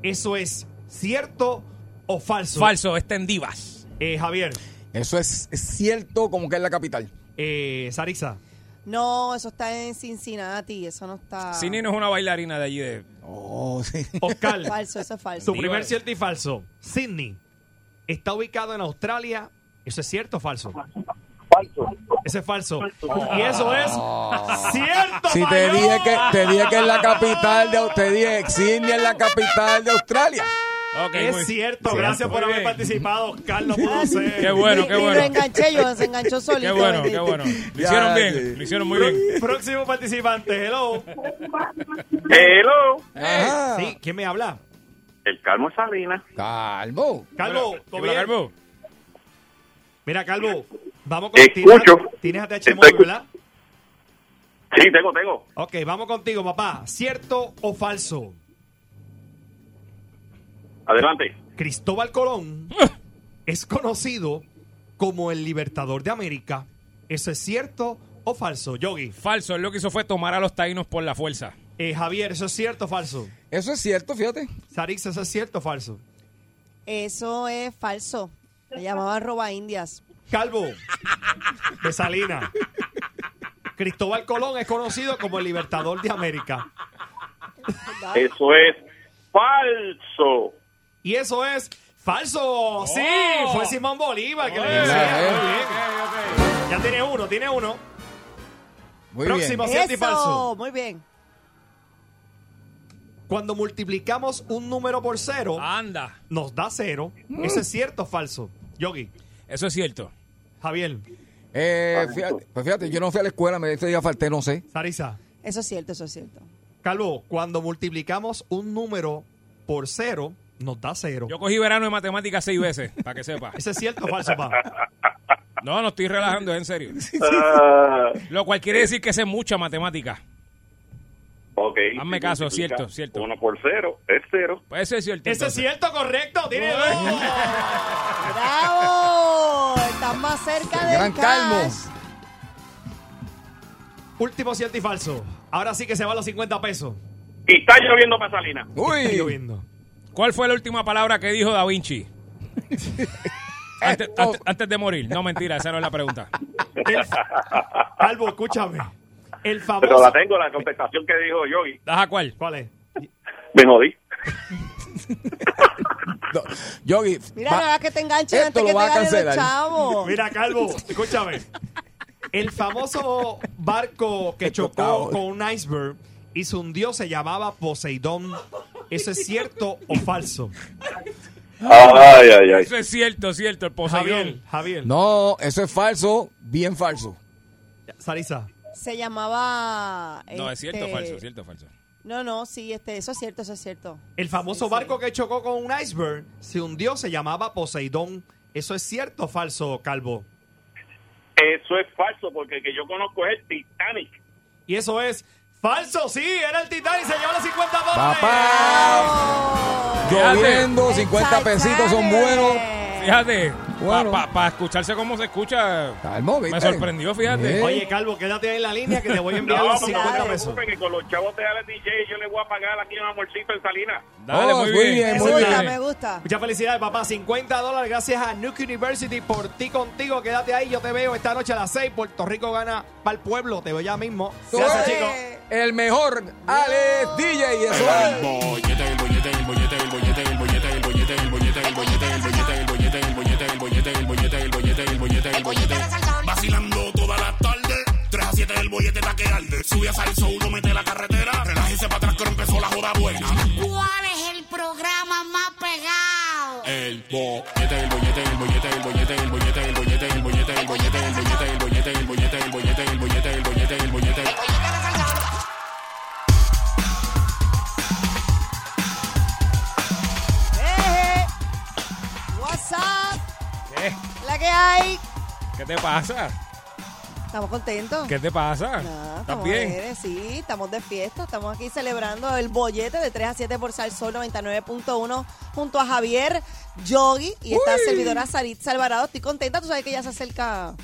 ¿Eso es cierto o falso?
Falso, está en divas.
Eh, Javier,
Eso es cierto como que es la capital.
eh, Sarisa.
No, eso está en Cincinnati. Eso no está.
Cine no es una bailarina de allí de.
Oh, sí.
Oscar,
Falso, eso es falso.
su primer cierto y falso. Sydney está ubicado en Australia. ¿Eso es cierto o falso?
Falso.
Eso es falso. Y eso es cierto.
Si te
Mayor.
dije que te dije que es la capital de Au- te dije que Sydney es la capital de Australia.
Ok,
Es
muy-
cierto,
Cierto.
gracias por
Muy
haber
bien.
participado, Carlos Ponce.
Qué bueno,
Y-
qué
y
bueno.
lo enganché yo, se enganchó solito.
Qué bueno, qué
bendito.
bueno. Lo
Ya,
hicieron
sí.
bien, lo hicieron muy bien.
Próximo participante, hello.
Hello.
Ajá.
Sí, ¿quién me habla?
El Calmo Salinas.
Calvo.
Calvo,
Hola,
¿todo
hola,
bien?
Calvo.
Mira, Calvo, vamos con
Escucho.
Tienes, tienes ATH
Eh, Estoy-
móvil, ¿verdad?
Sí, tengo, tengo.
Ok, vamos contigo, papá. ¿Cierto o falso?
Adelante.
Cristóbal Colón es conocido como el libertador de América. ¿Eso es cierto o falso, Yogi?
Falso, él lo que hizo fue tomar a los taínos por la fuerza.
Eh, Javier, ¿eso es cierto o falso?
Eso es cierto, fíjate.
Sarix, ¿eso es cierto o falso?
Eso es falso. Me llamaban roba indias.
Calvo, de Salina. Cristóbal Colón es conocido como el libertador de América.
Eso es falso. Oh.
Y eso es falso. Sí, fue Simón Bolívar que lo hizo.
Mira, eh.
Muy bien. Ya tiene uno, tiene uno.
Muy
Próximo. ¿Cierto y falso?
Eso, muy bien.
Cuando multiplicamos un número por cero,
Anda,
nos da cero. ¿Eso es cierto o falso? Yogi,
eso es cierto.
Javier,
bien. Eh, fíjate, pues fíjate, yo no fui a la escuela, me este día falté, no sé.
Sarisa,
Eso es cierto, eso es cierto.
Calvo, cuando multiplicamos un número por cero, nos da cero.
Yo cogí verano de matemáticas seis veces, para que sepa.
¿Eso es cierto o falso, pa?
No, no estoy relajando, es en serio.
Ah,
Lo cual quiere decir que sé mucha matemática.
ok.
Hazme
Si
caso,
multiplica
cierto, cierto.
Uno por cero es cero.
Pues eso es cierto.
¿Eso es
entonces.
cierto, correcto? Tiene dos.
¡Bravo! Estás más cerca del
Gran calmo.
cash.
Último cierto y falso. Ahora sí que se van los 50 pesos.
Y está lloviendo para Salinas.
Está
Uy.
lloviendo.
¿Cuál fue la última palabra que dijo Da Vinci? antes, antes- antes de morir. No, mentira, esa no es la pregunta.
El- Calvo, escúchame. El famoso.
Pero la tengo, la contestación que dijo Yogi.
¿Das a cuál?
¿Cuál es?
Me jodí.
No, Yogi.
Mira,
va-
nada que te enganchen
Esto
antes
lo
que te
va a
ganen los
cancelar.
chavos.
Mira, Calvo, escúchame. El famoso barco que
Esto
chocó
está-
con un iceberg y se hundió se llamaba Poseidón. ¿Eso es cierto o falso?
Ay, ay, ay.
Eso es cierto, cierto, el
Javier,
Poseidón.
Javier.
No, eso es falso, bien falso.
Sarisa.
Se llamaba.
No, es cierto
este,
falso, cierto falso.
No, no, sí, este, eso es cierto, eso es cierto.
El famoso barco que chocó con un iceberg se hundió se llamaba Poseidón. ¿Eso es cierto o falso, Calvo?
Eso es falso porque el que yo conozco es el Titanic.
Y eso es falso, sí, era el Titanic, se llevó los 50 dólares.
Papá, lloviendo,
El
50 pesitos son
Titanic.
buenos.
Fíjate,
Bueno.
para escucharse cómo se escucha,
Calmo,
me
¿viste?
sorprendió, fíjate.
Bien.
Oye, Calvo, quédate ahí en la línea que te voy a enviar
No, no
los
se
50 pesos.
preocupen que con los chavos de Alex DJ yo le voy a pagar aquí un amorcito en Salinas.
Dale,
Oh,
muy
muy
bien.
bien,
Me
muy
gusta,
bien.
me gusta.
Muchas felicidades, papá. 50 dólares gracias a Nuke University por ti contigo. Quédate ahí, yo te veo esta noche a las 6. Puerto Rico gana para el pueblo. Te veo ya mismo. Gracias,
Soy
chicos.
El mejor Alex DJ y eso es.
El bollete de salsón.
Vacilando toda la tarde. 3 a 7 el bollete está que arde. Sube a Salso, uno mete la carretera. Relájese para atrás que ahora empezó la joda buena.
¿Cuál es el programa más pegado?
El bollete, el bollete, el bollete, el bollete, el bollete, el bollete, el bollete, el bollete, el bollete, el bollete, el bollete, el bollete, el bollete, el bollete, el bollete.
El bollete de salsón.
Eje. WhatsApp,
¿Qué?
la que hay.
¿Qué te pasa?
Estamos contentos.
¿Qué te pasa?
Nada,
¿Estás
estamos
bien?
alegres, sí, estamos de fiesta, estamos aquí celebrando el bollete de 3 a 7 por Salsol 99.1 junto a Javier Yogi y esta servidora Sarit Alvarado. Estoy contenta, tú sabes que ya se acerca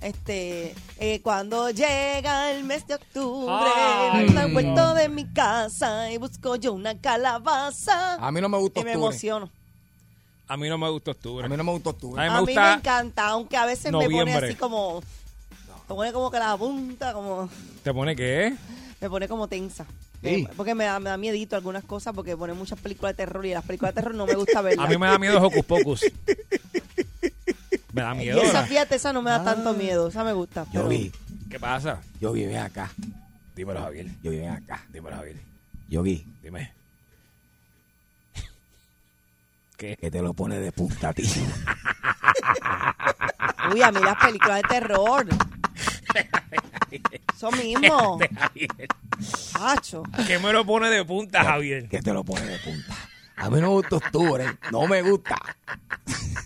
este eh, cuando llega el mes de octubre,
Ay,
me
no.
vuelto de mi casa y busco yo una calabaza
A mí no me gusta
y me
octubre.
emociono.
A mí no me gustó
A
octubre.
mí no me gusta octubre.
Ay, me
A mí me
gusta-
encanta, aunque a veces me pone
noviembre.
así como me pone como que la punta como
¿Te pone qué?
me pone como tensa.
Sí.
Eh, Porque me da, me da miedito algunas cosas porque pone muchas películas de terror y las películas de terror no me gusta verlas.
A mí me da miedo Hocus Pocus. Me da
Y
miedo.
esa,
¿verdad?
fíjate, esa no me da
Ah.
tanto miedo. Esa me gusta. pero-
Yogi,
¿Qué pasa?
Yogi, ven acá.
Dímelo, Javier.
Yogi, ven acá.
Dímelo, Javier.
Yogi,
Dime. ¿Qué?
que te lo pone de punta a ti.
Uy, a mí las películas de terror. Eso mismo.
Este Javier.
Hacho.
¿Qué me lo pone de punta, Javier?
Que te lo pone de punta. A mí no me gusta octubre. No me gusta.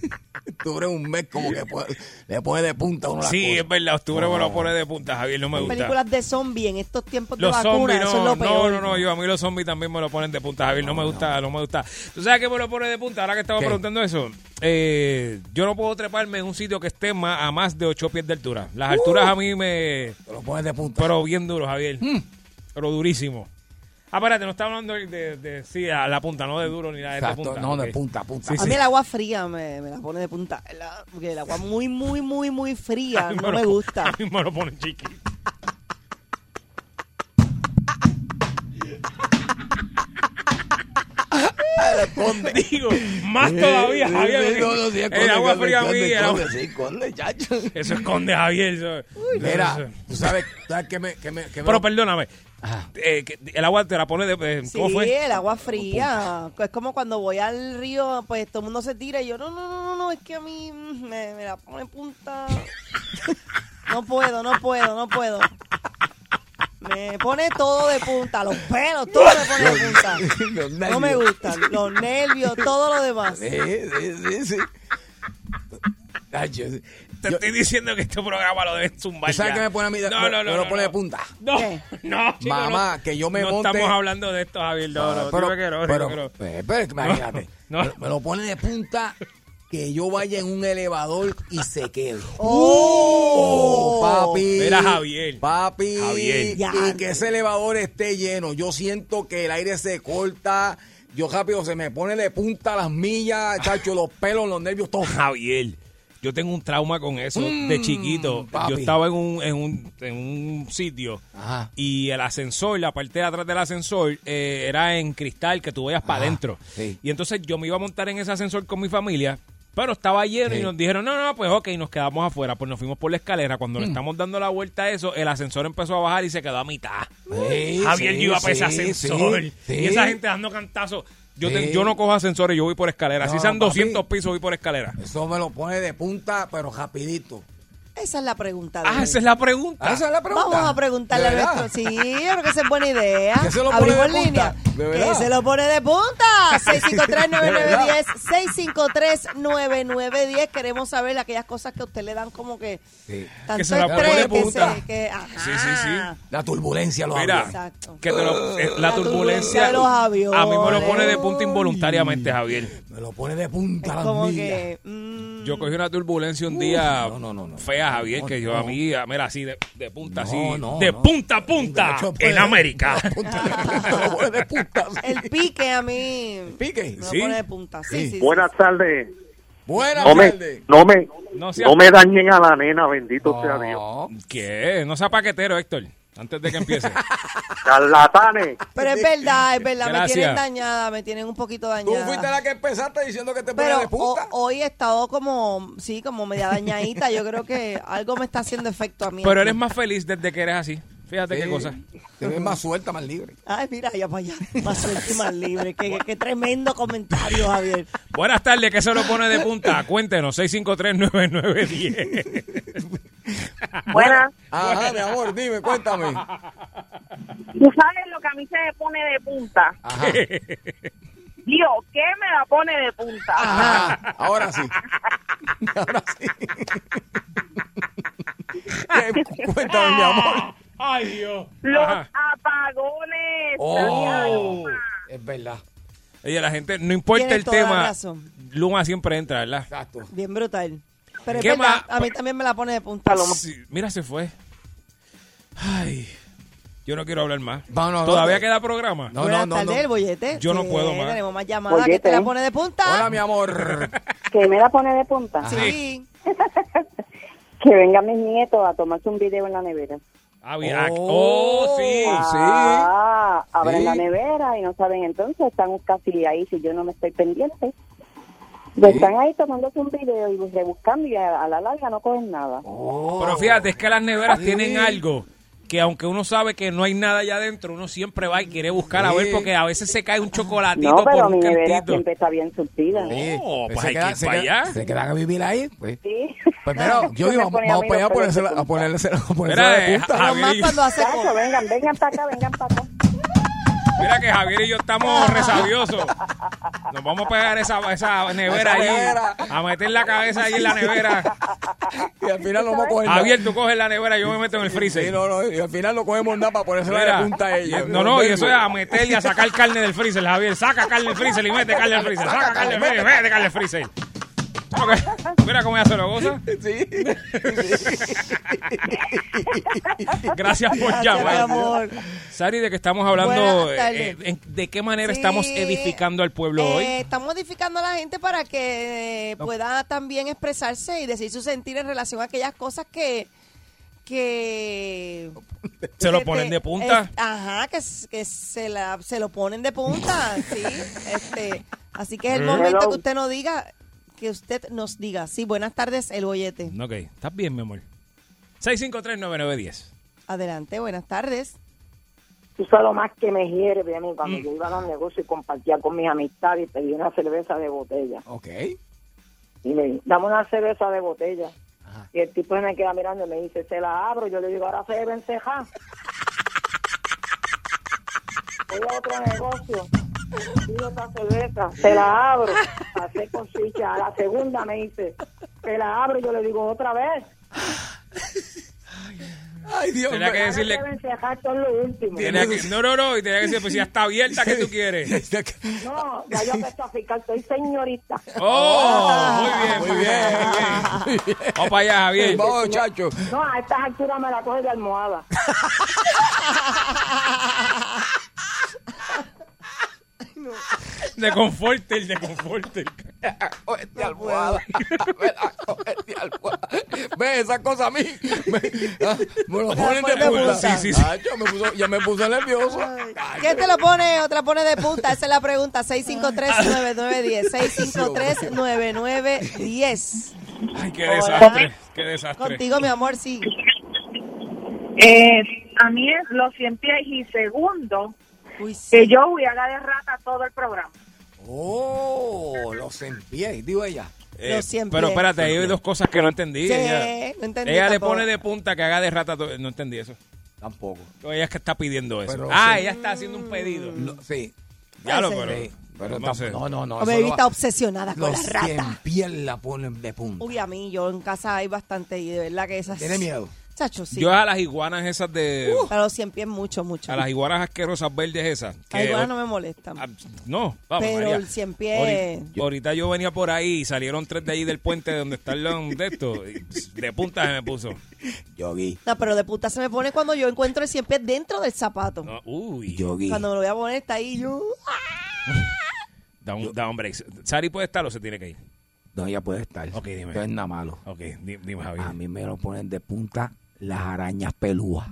Octubre es un mes como que puede- le pone de punta a uno las
Sí,
cosas.
es verdad. Octubre me lo pone de punta, Javier. No me gusta.
Películas de zombies en estos tiempos de
Los
vacuna.
zombies,
eso es
no,
lo
no,
peor.
no, no, yo a mí los zombies también me lo ponen de punta, Javier, no, me gusta, no. me gusta. ¿Tú sabes qué me lo pone de punta? Ahora que estaba
¿Qué?
preguntando eso, eh, yo no puedo treparme en un sitio que esté más, a más de 8 pies de altura. Las alturas a mí me...
Uh. Te lo pone de punta. Mm.
Pero bien duro, Javier. Pero durísimo. Ah, espérate, no está hablando de, de, de- sí, a la punta, no de duro ni nada de esta
Exacto,
punta.
no, de
Ok.
punta, punta.
Sí,
A
sí.
mí el agua fría me, me la pone de punta. La- Porque el agua muy, muy, muy, muy fría
A mí
no
lo
me
pon-
gusta.
A mí me lo pone chiquito. Digo, más todavía, Javier.
No, no, sí,
el
esconde,
agua
esconde,
fría a mí.
esconde,
el agua-
esconde, sí, esconde, chacho.
Eso esconde, Javier. eso-
Mira,
eso-
tú sabes, ¿sabes qué me, qué me, qué me-
Pero perdóname. eh, que el agua te la pone de. eh, ¿Cómo
sí,
fue?
el agua fría. Es como cuando voy al río, pues todo el mundo se tira y yo, no, no, no, no, no, es que a mí mm, me, me la pone punta. No puedo, no puedo, no puedo. Me pone todo de punta, los pelos, todo me pone de punta.
Los
No me
nervios.
gustan, los nervios, todo lo demás.
Sí,
¿Eh?
sí, sí, sí. Chacho, sí.
Te
Yo-
estoy diciendo que este programa lo deben zumbar.
¿Tú sabes
ya.
qué me pone a mí de-
No,
me-
no, no.
me lo
no,
pone de
no.
punta?
No,
¿Qué?
no. chico,
Mamá,
no.
que yo me
no
monte-
estamos hablando de esto, Javier. No, no.
pero,
dime que no, dime
pero,
que no.
eh, pero imagínate,
No, no.
Me, me lo pone de punta que yo vaya en un elevador y se quede.
¡Oh!
papi.
Mira, Javier.
Papi.
Javier.
Ya.
Y que ese elevador esté lleno. Yo siento que el aire se corta. Yo rápido se me pone de punta las millas, chacho, los pelos, los nervios, todo.
Javier, yo tengo un trauma con eso de chiquito.
Mm, papi.
Yo estaba en un, en un, en un sitio
Ajá.
y el ascensor, la parte de atrás del ascensor, eh, era en cristal que tú veías para adentro.
sí.
Y entonces yo me iba a montar en ese ascensor con mi familia. Pero estaba lleno y nos dijeron, no, no, pues ok, nos quedamos afuera. Pues nos fuimos por la escalera. Cuando
Mm.
le estamos dando la vuelta a eso, el ascensor empezó a bajar y se quedó a mitad.
Sí,
Javier,
sí,
yo iba para ese
sí,
ascensor.
sí,
Y
sí.
esa gente dando cantazos. Yo, te-
Sí.
yo no cojo ascensores, yo voy por escalera. si
No,
sean
papi. Ah,
200 pisos, voy por escalera.
Eso me lo pone de punta, pero rapidito.
Esa es la pregunta. de
Ah,
hoy.
esa es la pregunta.
Ah, esa es la pregunta.
Vamos a preguntarle a
¿De verdad?
nuestro. Sí, yo creo que esa es buena idea.
Que se lo pone
Abrimos
de punta,
línea.
de
que
verdad.
se lo pone de punta. 653-9910.
verdad.
653-9910. Queremos saber aquellas cosas que a usted le dan como que
Sí.
tanto
Que se la pone
estrés,
de
que
punta.
se- que- ah, ajá.
Sí, sí, sí.
La turbulencia lo
Mira,
habla.
Exacto.
que te lo- eh, la,
La
turbulencia
turbulencia de los aviones.
a mí me lo pone de punta involuntariamente, Javier.
Me lo pone de
Ah, Es
punta las
como
millas.
que. mm,
Yo cogí una turbulencia un día
no, no, no, no.
fea, Javier,
No,
que yo
no.
a mí, a- mira, así de, de punta,
No,
así,
no,
de
no.
punta a punta
Muchacho, pues,
en América.
la punta, la pone de punta, sí.
el pique a mí.
Pique.
Me lo
¿Sí?
pone de punta. Sí, sí. sí.
Buenas tardes.
Buenas
No me,
tardes.
no me,
No sea-
no me dañen a la nena, bendito sea Dios.
No,
¿Qué? No sea paquetero, Héctor, antes de que empiece.
Charlatanes.
Pero es verdad, es verdad. Me
Gracias.
tienen dañada, me tienen un poquito
Eh, Tú
dañada.
fuiste la que empezaste diciendo que te ponía
Pero
de punta.
ho- hoy he estado como, sí, como media dañadita. Yo creo que algo me está haciendo efecto a mí.
Pero eres más feliz desde que eres así. Fíjate qué
Sí.
cosa.
Te ves más suelta, más libre.
Ay, mira, ya para allá. Más suerte y más libre. Qué, qué- qué tremendo comentario, Javier.
Buenas tardes, que se lo pone de punta? Cuéntenos, 653-9910.
Buenas.
Ajá, mi amor, dime, cuéntame.
¿Tú sabes lo que a mí se me pone de punta?
Ajá.
Dios, ¿qué me la pone de punta?
Ajá. Ah, Ahora sí. Ahora sí. Eh, cu- cuéntame, mi amor.
Ay, Dios.
Los
Ajá.
apagones.
Oh, es verdad.
Oye, la gente, no importa
Tienes
el
toda la
tema,
razón.
Luma siempre entra, ¿verdad?
Exacto.
Bien brutal. Pero es
¿Qué
verdad,
más?
a mí también me la pone de punta.
Sí, mira, se fue. Ay, yo no quiero hablar más.
Vámonos,
¿Todavía
¿dónde?
queda programa?
No,
Buenas
no, no,
tardes,
no.
el bollete.
Yo no
Sí,
puedo más.
Tenemos más llamadas que
Bollete.
te la pone de punta.
Hola, mi amor.
¿Qué me la pone de punta?
Sí.
Que vengan mis nietos a tomarse un video en la nevera.
Ah, bien. Ah,
Oh.
oh, sí.
Ah,
Ah, abren
Sí.
la nevera y no saben entonces, están casi ahí si yo no me estoy pendiente. Pues están ahí tomándose un video y rebuscando y a, a la larga no cogen nada.
Pero fíjate, es que las neveras tienen algo que aunque uno sabe que no hay nada allá adentro, uno siempre va y quiere buscar a ver porque a veces se cae un chocolatito
No,
por
pero
un
mi nevera
cantito.
siempre está bien surtida.
Oh, pues
se
hay que
queda-
ir
se
para
queda-
allá.
Se quedan a vivir ahí. Pues,
Sí.
Pues mira, yo
Se
digo,
pone
vamos
a
para allá a
mí los
ponérsela,
pelos
a
de punta.
ponérsela- a ponérsela
Mira,
de
eh,
punta.
Javier,
Más
y-
cuando hace
Chacho, vengan, vengan para acá, vengan para acá.
mira que Javier y yo estamos resabiosos. Nos vamos a pegar esa, esa nevera
Esa
ahí.
nevera.
A meter la cabeza ahí en la nevera.
Y al final Pues no vamos a coger nada.
Javier, tú coges la nevera, yo me meto en el
Sí,
freezer.
no, no, y al final no cogemos nada para ponérsela
Mira,
de punta a ellos.
No, no, y eso es a
Nos
meter y a sacar carne del freezer, Javier. Saca carne del freezer y mete carne del freezer. Saca carne del freezer, mete carne del freezer. Ok, Mira cómo ella se lo goza.
vemos. Sí.
Gracias por
mi
llamar.
amor.
Sari, de que estamos hablando,
Buenas tardes.
eh, en- ¿de qué manera
Sí,
estamos edificando al pueblo
eh,
hoy?
Estamos edificando a la gente para que eh, pueda también expresarse y decir su sentir en relación a aquellas cosas que... que
Se
Este,
lo
que
ponen
te-
de punta.
es- ajá, que, s- que se, la, se lo ponen de punta, sí. Este, así que es el momento
Hello.
que usted nos diga, que usted nos diga. Sí, buenas tardes, el bollete.
Ok, estás bien, mi amor. 6539910.
Adelante, buenas tardes.
Tú sabes lo más que me hierve a mí cuando yo iba a los negocios y compartía con mis amistades y pedí una cerveza de botella.
Ok.
Y le dije, dame una cerveza de botella. Y el tipo se me queda mirando y me dice, se la abro. Yo le digo, ahora se debe encejar. Voy a otro negocio. Pido otra cerveza, se la abro. Pasé con chicha. A la segunda me dice, se la abro. Yo le digo, otra vez.
Ay, Dios
Tenía que
mío.
Ahora se
decirle.
debe encejar, esto es lo último.
tenía que- no, no, no. Y tenía que decir, pues si ya está abierta, ¿qué tú quieres?
No, ya yo empecé a ficar, soy señorita.
Ah.
¡Oh! Muy bien,
Muy
muy bien.
bien.
muy bien. Vamos para allá, Javier.
Vamos, chacho.
No, a estas alturas me la coge de almohada.
De conforte, el de conforte.
Cógete almohada. Me la cógete almohada. Ve esa cosa a mí. Me, ah, me lo ponen de
ponen de
punta.
punta. Sí, sí, sí.
Chacho, me puso- ya me puse nervioso. Ay,
¿Quién te lo pone? Otra pone de punta. Esa es la pregunta. 653-9910. 653-9910.
Ay, qué desastre. Qué desastre.
Contigo, mi amor, sí.
Eh, a mí es los 100 pies y segundo,
Uy, sí.
que yo voy a la de rata todo el programa.
Oh, los empié, digo ella.
Lo siempre.
Eh, Pero espérate, ahí hay dos cosas que no entendí.
Sí,
ella
no entendí
ella le
tampoco.
pone de punta que haga de rata. todo- No entendí eso.
Tampoco.
Ella es que está pidiendo eso.
Pero
ah,
sí.
ella está haciendo un pedido.
Lo- sí.
Ya lo,
Sí.
pero.
Sí, pero
no
tam-
sé.
no, no, no.
La
eso
baby
lo-
está obsesionada con
Los
las ratas.
cien pies la ponen de punta.
Uy, a mí, yo en casa hay bastante y de verdad que esas...
Tiene miedo.
Chacho, sí. Uh.
Yo a las iguanas esas de.
a los 100 pies mucho, mucho.
A las iguanas asquerosas verdes esas. que-
Las iguanas no me molestan.
Ah, No, vamos,
Pero
María.
el cien pies.
Ahorita, ahorita yo venía por ahí y salieron tres de ahí del puente donde está el lon de esto. y de punta se me puso.
Yogi,
No, pero de puta se me pone cuando yo encuentro el 100 pies dentro del zapato.
No, uy.
yogi.
Cuando me lo voy a poner está ahí yo...
Da un, da un break. ¿Sari puede estar o se tiene que ir?
No, ella puede estar.
Ok, dime.
No es nada malo.
Ok, di- dime,
A
Javier.
mí me lo ponen de punta las arañas pelúas.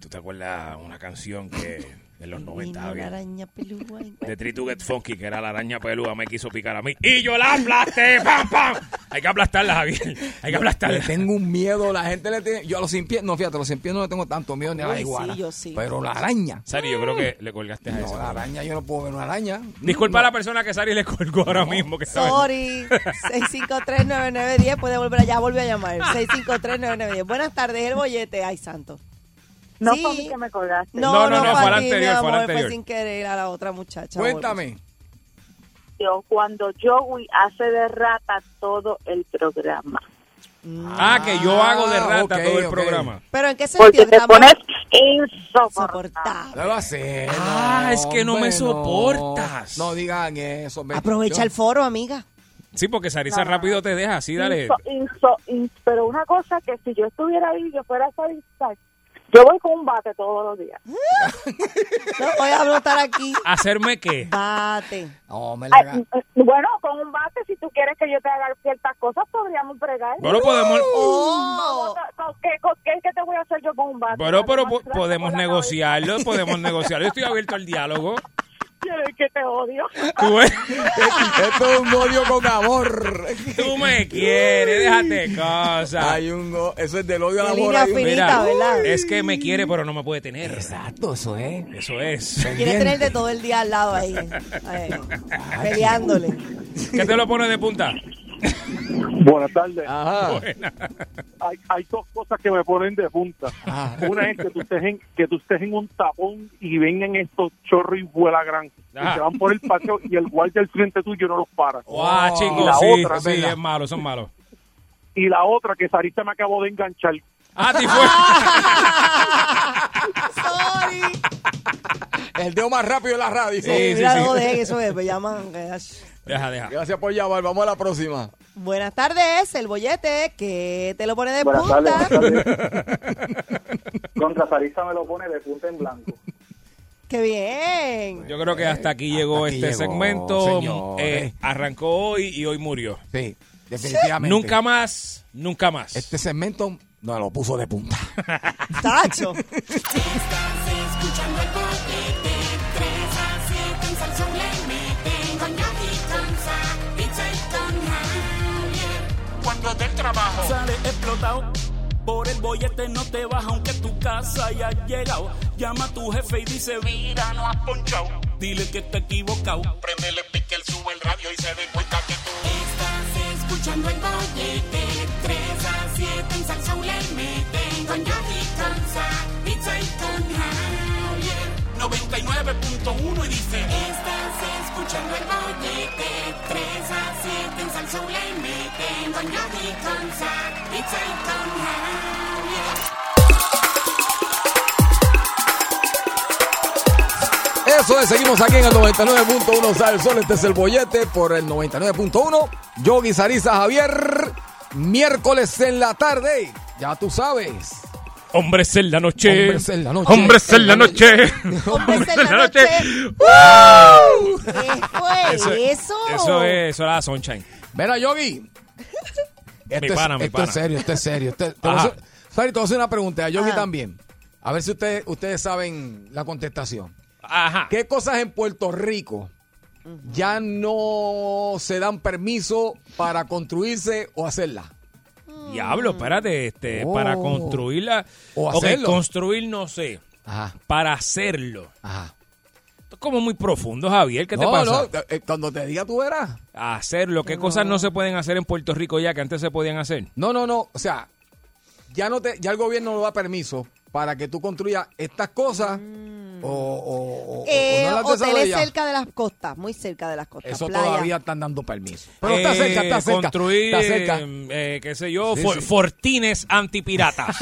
¿Tú te acuerdas una canción que en los 90
Vino la
había?
araña pelúa.
De Three to Get Funky, que era la araña peluda, me quiso picar a mí. ¡Y yo la aplasté! ¡Pam, pam! Hay que aplastarla, Javier. Hay que
Le
aplastarla.
tengo un miedo, la gente le tiene. Yo a los sin pies, no, fíjate, a los sin pies no le tengo tanto miedo ni a
Uy,
la
sí,
iguana.
yo sí.
Pero la araña.
Sari, yo creo que le colgaste a
No, la
eso.
araña, yo no puedo ver una araña.
Disculpa a la persona que Sari le colgó ahora mismo. Que estaba-
Sorry. 653-9910. Puede volver allá. Volvió a llamar. 653-9910. Buenas tardes, el bollete. Ay, santo.
No
Sí.
fue a mí que me colgaste.
No,
No, no,
no,
no,
fue
fue al
a ti, mi
anterior, fue al
amor,
anterior.
Fue sin querer a la otra muchacha.
Cuéntame.
Yo, Cuando Joey hace de rata todo el programa.
Ah, que yo hago de rata
Ah, ok,
todo el
ok.
programa.
Pero ¿en qué sentido?
Porque
Que
te
está
pones
soportable.
insoportable.
No lo hace.
Ah,
no,
es que no me
hombre,
soportas.
No, digan eso. ve.
Aprovecha
Yo-
el foro, amiga.
Sí, porque Sarisa rápido te deja, sí, dale.
Inso- inso- in- pero una cosa que si yo estuviera ahí, yo fuera a salir, yo voy con un bate todos los días.
No voy a brotar aquí.
¿Hacerme qué?
Bate.
No, me la
Ay, eh,
hagan.
bueno, con un bate, si tú quieres que yo te haga ciertas cosas, podríamos bregar.
Bueno, podemos...
Oh.
¿Con qué, con qué, qué te voy a hacer yo con un bate?
Pero, pero po-
Además,
podemos
con la
negociarlo, podemos negociarlo. Yo estoy abierto al diálogo.
cabeza. el que te odio.
Tú me,
Esto es un odio con amor.
tú me quieres, déjate cosas.
Hay un o- eso es del odio al
Qué
amor.
línea
hay un-
fina. Finita, ¿verdad?
es que me quiere, pero no me puede tener.
Exacto, eso es.
Eso es.
Quiere tenerte todo el día al lado ahí, ahí, peleándole.
¿Qué te lo pone de punta?
Buenas tardes.
Ajá.
Hay, hay dos cosas que me ponen de punta.
Ah.
Una es que tú estés en, que tú estés en un tapón y vengan estos chorros y vuela gran.
Ah.
Y se van por el patio y el guardia al frente tuyo no los para.
Guau,
Oh.
Y
chicos,
Ah, la
sí,
otra,
sí,
venga.
es malo, son malos.
Y la otra, que Sarita me acabó de enganchar.
Ah, ti fue.
Sorry.
El dedo más rápido de la radio.
Sí, sí,
Mira,
sí.
no dejen eso es, me llaman. eh,
Deja, deja.
Gracias por llamar. Vamos a la próxima.
Buenas tardes, el bollete, que te lo pone de
Buenas
punta.
tardes, buenas tardes. Contra Sarisa me lo pone de punta en blanco.
Qué bien.
Yo creo que hasta aquí llegó
Eh, aquí
este
llegó,
segmento. Eh,
señores.
arrancó hoy y hoy murió.
Sí, definitivamente.
Nunca más, nunca más.
Este segmento no lo puso de punta.
Tacho.
Estás escuchando el bollete, 3 a 7 en Salsón le meten con Yogi, con Sa, Pizza y con Javier. Cuando del trabajo sale explotado, por el bollete no te baja aunque tu casa haya llegado. Llama a tu jefe y dice, mira, no has ponchado. Dile que está equivocado. Prendele pique, el sube el radio y se dé cuenta que tú... Estás escuchando el bollete, 3 a 7 en Salsón le meten con Yogi, con Sa, Pizza y con Javier. 99.1 y dice Estás escuchando el bollete 3 a 7 en Salsón le meten Con Yogi, con Zack, Pizza y con Javier
Eso es, seguimos aquí en el 99.1 Sal Sol. Este es el bollete por el 99.1. Yogi Sarisa Javier. Miércoles en la tarde. Ya tú sabes.
Hombres en la noche.
Hombres en la noche.
Hombres en la noche.
Hombres en la
Este-
noche. ¿Qué fue
Eso,
eso?
eso es, eso era la Sunshine.
Mira, Yogi. Esto, es,
pana, mi
esto
pana.
es serio, esto es serio. Esto, te, voy a
Ajá.
hacer, Sari, te voy a hacer una pregunta. A Yogi
Ah.
Ajá.
también. A ver si ustedes, ustedes saben la contestación.
Ajá.
¿Qué cosas en Puerto Rico ya no se dan permiso para construirse o hacerlas?
Diablo, espérate, este,
Mm. Oh.
para construirla.
O
Ok,
hacerlo.
construir no sé.
Ajá,
Para hacerlo.
ajá.
Esto es como muy profundo, Javier. ¿Qué te
No,
pasa?
no, eh, cuando te diga tú verás.
Hacerlo. ¿Qué cosas no se pueden hacer en Puerto Rico ya que antes se podían hacer?
No, no, no. O sea, ya no te, ya el gobierno no da permiso para que tú construyas estas cosas o, o- o- o-
Eh,
o no las
hoteles
desarrollas.
cerca de las costas, muy cerca de las costas.
Eso
playa.
todavía están dando permiso. Pero está
Eh,
cerca, está cerca.
Construir,
está cerca.
eh, eh, qué sé yo,
Sí,
for-
sí.
fortines antipiratas.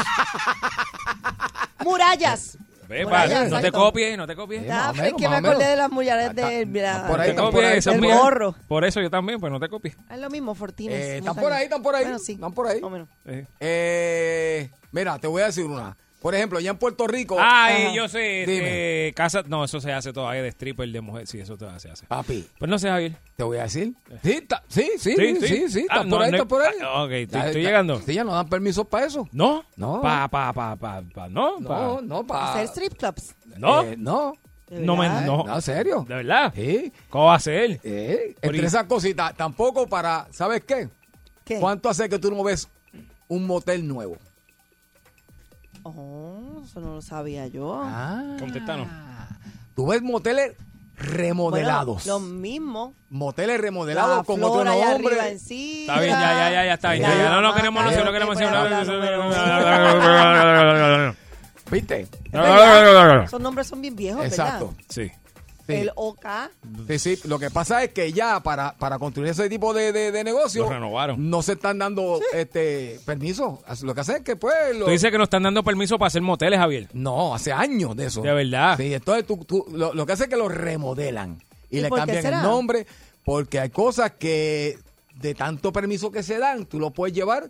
Murallas.
Ve,
Murallas,
vale, no te
exacto.
copies, no te copies.
Eh,
Ah,
más o
es
menos,
que me
más o menos.
acordé de las murallas
Ah,
de.
está-
mira,
está por ahí,
No te
está
copies,
ahí,
esas
el
mías.
morro.
Por eso yo también, pues no te copies.
Es lo mismo, Fortines.
Eh, están
montañas.
por ahí, están por ahí,
Bueno, sí.
están por ahí.
Más o menos.
Eh.
Eh, mira, te voy a decir una. Por ejemplo, ya en Puerto Rico.
Ay,
Ajá.
yo sé,
Dime.
este, casa, no, eso se hace todavía de stripper, de mujer, sí, eso todavía se hace.
Papi,
Pues no sé, Javier.
te voy a decir. Sí, está- Ah, sí, sí, sí,
Sí,
sí,
sí.
sí, está
Ah,
por
no,
ahí,
no
está
hay-
por ahí.
ah, ok, estoy-
Ya
estoy
está-
llegando.
Sí, ya no dan permiso para eso.
¿No?
No.
Pa, pa, pa, pa, pa, no,
No,
pa.
no, para.
Hacer strip clubs. Eh,
¿No?
no,
¿De
No me-
verdad?
no.
no, en serio.
¿De verdad?
Sí.
¿Cómo va a ser? Pero
Eh, entre
y-
esas cositas, tampoco para, ¿sabes qué?
¿Qué?
¿Cuánto hace que tú no ves un motel nuevo?
Oh, eso no lo sabía yo.
Ah.
Contestanos.
Tú ves moteles remodelados.
Bueno, lo mismo.
Moteles remodelados
La
con
flor
otro
ahí
nombre.
arriba encima.
Está bien, ya, ya, ya, ya, está bien. Ya, ya, no lo queremos, no sé, no queremos
Pero
decir.
¿Viste?
Es verdad, Esos nombres son bien viejos,
Exacto.
¿verdad?
Sí.
Sí.
El OK.
Sí, sí, lo que pasa es que ya para, para construir ese tipo de, de, de negocio
Lo renovaron.
no se están dando este permiso. Lo que hacen es que pues lo-
Tú dices que nos están dando permiso para hacer moteles, Javier.
no, hace años de eso.
De verdad.
Sí, entonces tú, tú- lo, lo que hace es que lo remodelan y,
¿Y
le
por qué
cambian el
será?
nombre porque hay cosas que de tanto permiso que se dan, tú lo puedes llevar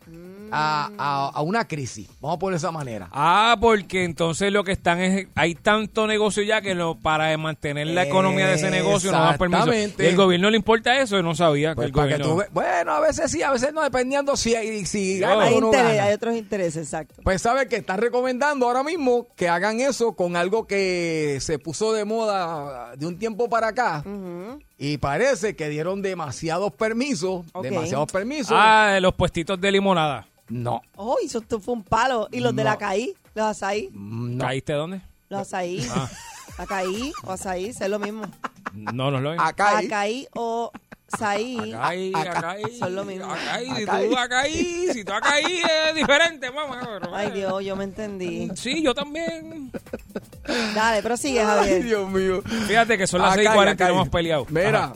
a, a- a una crisis. Vamos a poner esa manera.
Ah, porque entonces lo que están es. Hay tanto negocio ya que lo, para mantener la economía de ese negocio no dan permiso.
Exactamente.
¿Y el gobierno le importa eso? Yo no sabía que
Pues
el
para que
gobierno.
tú ve- bueno, a veces sí, a veces no, dependiendo si, hay- si
Yo-
gana
Hay,
o no
interés,
gana.
hay otros intereses, exacto.
Pues sabe que está recomendando ahora mismo que hagan eso con algo que se puso de moda de un tiempo para acá. Y parece que dieron demasiados permisos,
Ok.
demasiados permisos.
Ah, de los puestitos de limonada.
No,
Oh, y eso esto fue un palo. ¿Y los de la caí? ¿Los azaí?
no.
¿Caíste dónde?
¿Los azaí?
Ah.
¿La caí o azaí? Es lo mismo.
No, no es lo mismo.
Acá. hay-
Acaí o saí.
Acai, acai,
Son lo mismo.
acai, si
Acai.
tú acai, si tú este, acai es diferente, mamá. pero-
Ay, Dios, yo me entendí.
Sí, yo también.
Dale, prosigue,
Ay,
Javier.
Dios mío.
Fíjate que son las
Acá hay,
6:40 y
acá
no
hay.
hemos peleado.
Mira,
Ajá.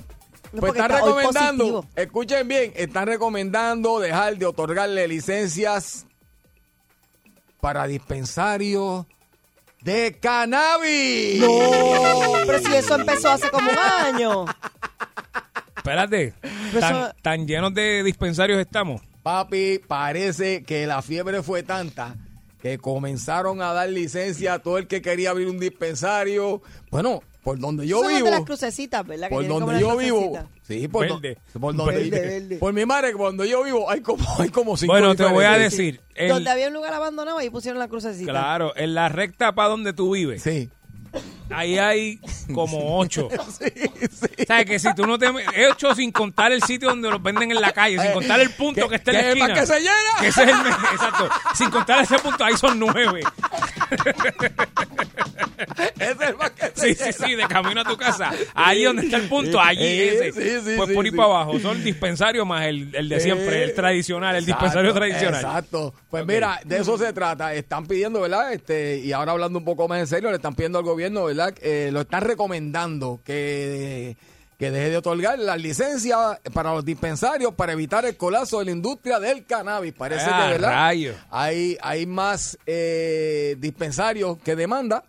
pues
No, porque
están
está hoy
recomendando,
positivo.
escuchen bien, están recomendando dejar de otorgarle licencias para dispensarios de cannabis.
No, pero si eso empezó hace como un año.
Espérate.
Pero
Tan,
eso-
tan llenos de dispensarios estamos.
Papi, parece que la fiebre fue tanta que comenzaron a dar licencia a todo el que quería abrir un dispensario. Bueno, por donde yo
Son los
vivo.
de las crucecitas, ¿verdad? Que
Por
tienen como
donde
las
yo vivo.
crucecitas.
Sí, por, do-
Verde.
pues por donde
Verde, verde.
Por mi madre, por donde yo vivo, hay como, hay como cinco
Bueno, te voy a
diferentes.
decir. el-
Donde había un lugar abandonado, ahí pusieron la crucecita.
claro, en la recta para donde tú vives,
Sí.
ahí hay como ocho.
Sí, sí.
¿Sabes que si tú no te... He hecho sin contar el sitio donde los venden en la calle, sin contar el punto que, está en la
es
esquina.
para Eh, que se llena?
Que ese es el... me- Exacto. Sin contar ese punto, ahí son nueve.
Ese es para que se
Sí, sí,
llena.
sí, de camino a tu casa. Ahí donde está el punto, allí
Eh,
ese.
sí, sí,
pues
sí,
por ir
sí.
para abajo. Son dispensarios más el, el de siempre,
Eh,
el tradicional, el dispensario
exacto,
tradicional.
Exacto. Pues
Ok.
mira, de eso se trata. Están pidiendo, ¿verdad? Este, y ahora hablando un poco más en serio, le están pidiendo al gobierno, ¿verdad? Eh, lo están recomendando que, que deje de otorgar las licencias para los dispensarios para evitar el colapso de la industria del cannabis. Parece
Ah,
que, ¿verdad?
rayo.
Hay, hay más eh, dispensarios que demanda.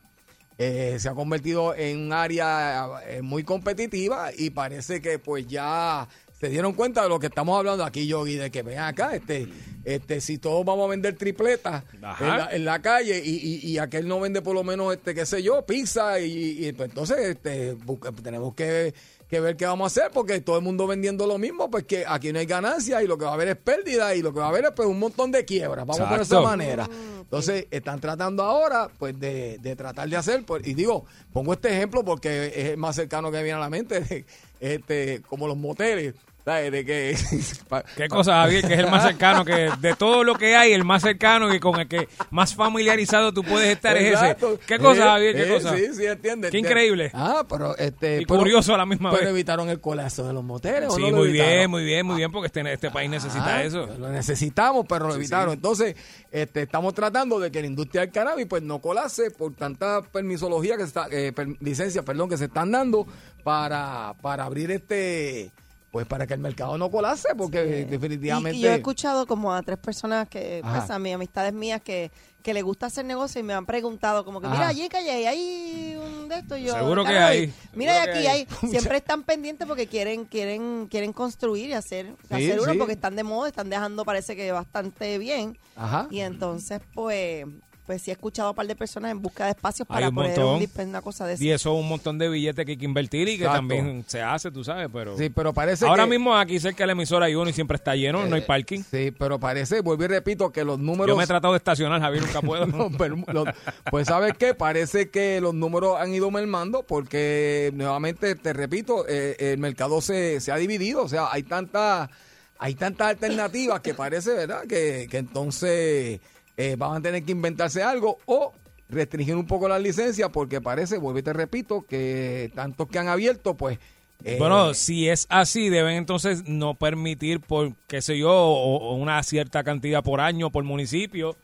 Eh, se ha convertido en un área eh, muy competitiva y parece que pues ya se dieron cuenta de lo que estamos hablando aquí, Yogi, de que ven acá, este, este, si todos vamos a vender tripletas en
Ajá.
la, en la calle y, y- y aquel no vende por lo menos, este, qué sé yo, pizza y, y, pues, entonces este, busca- tenemos que, que ver qué vamos a hacer porque todo el mundo vendiendo lo mismo, pues que aquí no hay ganancia y lo que va a haber es pérdida y lo que va a haber es pues, un montón de quiebras, vamos por esa
Exacto.
manera manera. Entonces, están tratando ahora, pues, de, de tratar de hacer, pues, y digo, pongo este ejemplo porque es el más cercano que me viene a la mente, de- este, como los moteles, ¿sabes? De que... pa-
¿Qué cosa, Javier? Que es el más cercano, que de todo lo que hay, el más cercano y con el que más familiarizado tú puedes estar es
Exacto.
ese. ¿Qué cosa,
Eh,
Javier? ¿Qué
eh,
cosa?
Sí, sí, entiende.
Qué
entiende.
increíble.
Ah, pero este...
Y curioso a la misma
pero
vez.
evitaron el colapso de los moteles. ¿o
Sí,
no lo
muy
evitaron?
bien, muy bien, muy bien, porque este, este país necesita
Ah,
eso.
Lo necesitamos, pero lo evitaron. Entonces, este, estamos tratando de que la industria del cannabis pues no colase por tanta permisología que se está, eh, per- licencia, perdón, que se están dando para, para abrir este, pues para que el mercado no colase, porque definitivamente.
Y, y yo he escuchado como a tres personas que,
Ajá.
pues, a mis amistades mías que, que les gusta hacer negocio y me han preguntado como que,
Ajá.
mira, allí calle, hay un de estos. y Yo,
Seguro que
"Caray,
hay.
Mira, y
Seguro que
aquí
hay".
hay. Siempre están pendientes porque quieren quieren quieren construir y hacer, hacer uno
sí.
porque están de moda, están dejando, parece que bastante bien.
Ajá.
Y entonces, pues, pues sí he escuchado a un par de personas en busca de espacios
Hay
para
un
poner
montón.
un dispen- una cosa de
Y eso es un montón de billetes que hay que invertir y que
Exacto.
también se hace, tú sabes, pero...
Sí, pero parece
Ahora
que- Eh,
mismo aquí cerca de la emisora hay uno y siempre está lleno, no hay parking.
Sí, pero parece, vuelvo y repito, que los números.
Yo me he tratado de estacionar, Javier, nunca puedo.
No, pero lo- pues sabes qué, parece que los números han ido mermando porque nuevamente te repito, eh, el mercado se, se ha dividido, o sea, hay tanta, hay tantas alternativas que parece, ¿verdad? Que, que entonces eh, van a tener que inventarse algo o restringir un poco las licencias porque parece, vuelvo y te repito, que tantos que han abierto, pues... eh,
Bueno, si es así, deben entonces no permitir por, qué sé yo, o, o una cierta cantidad por año, por municipio,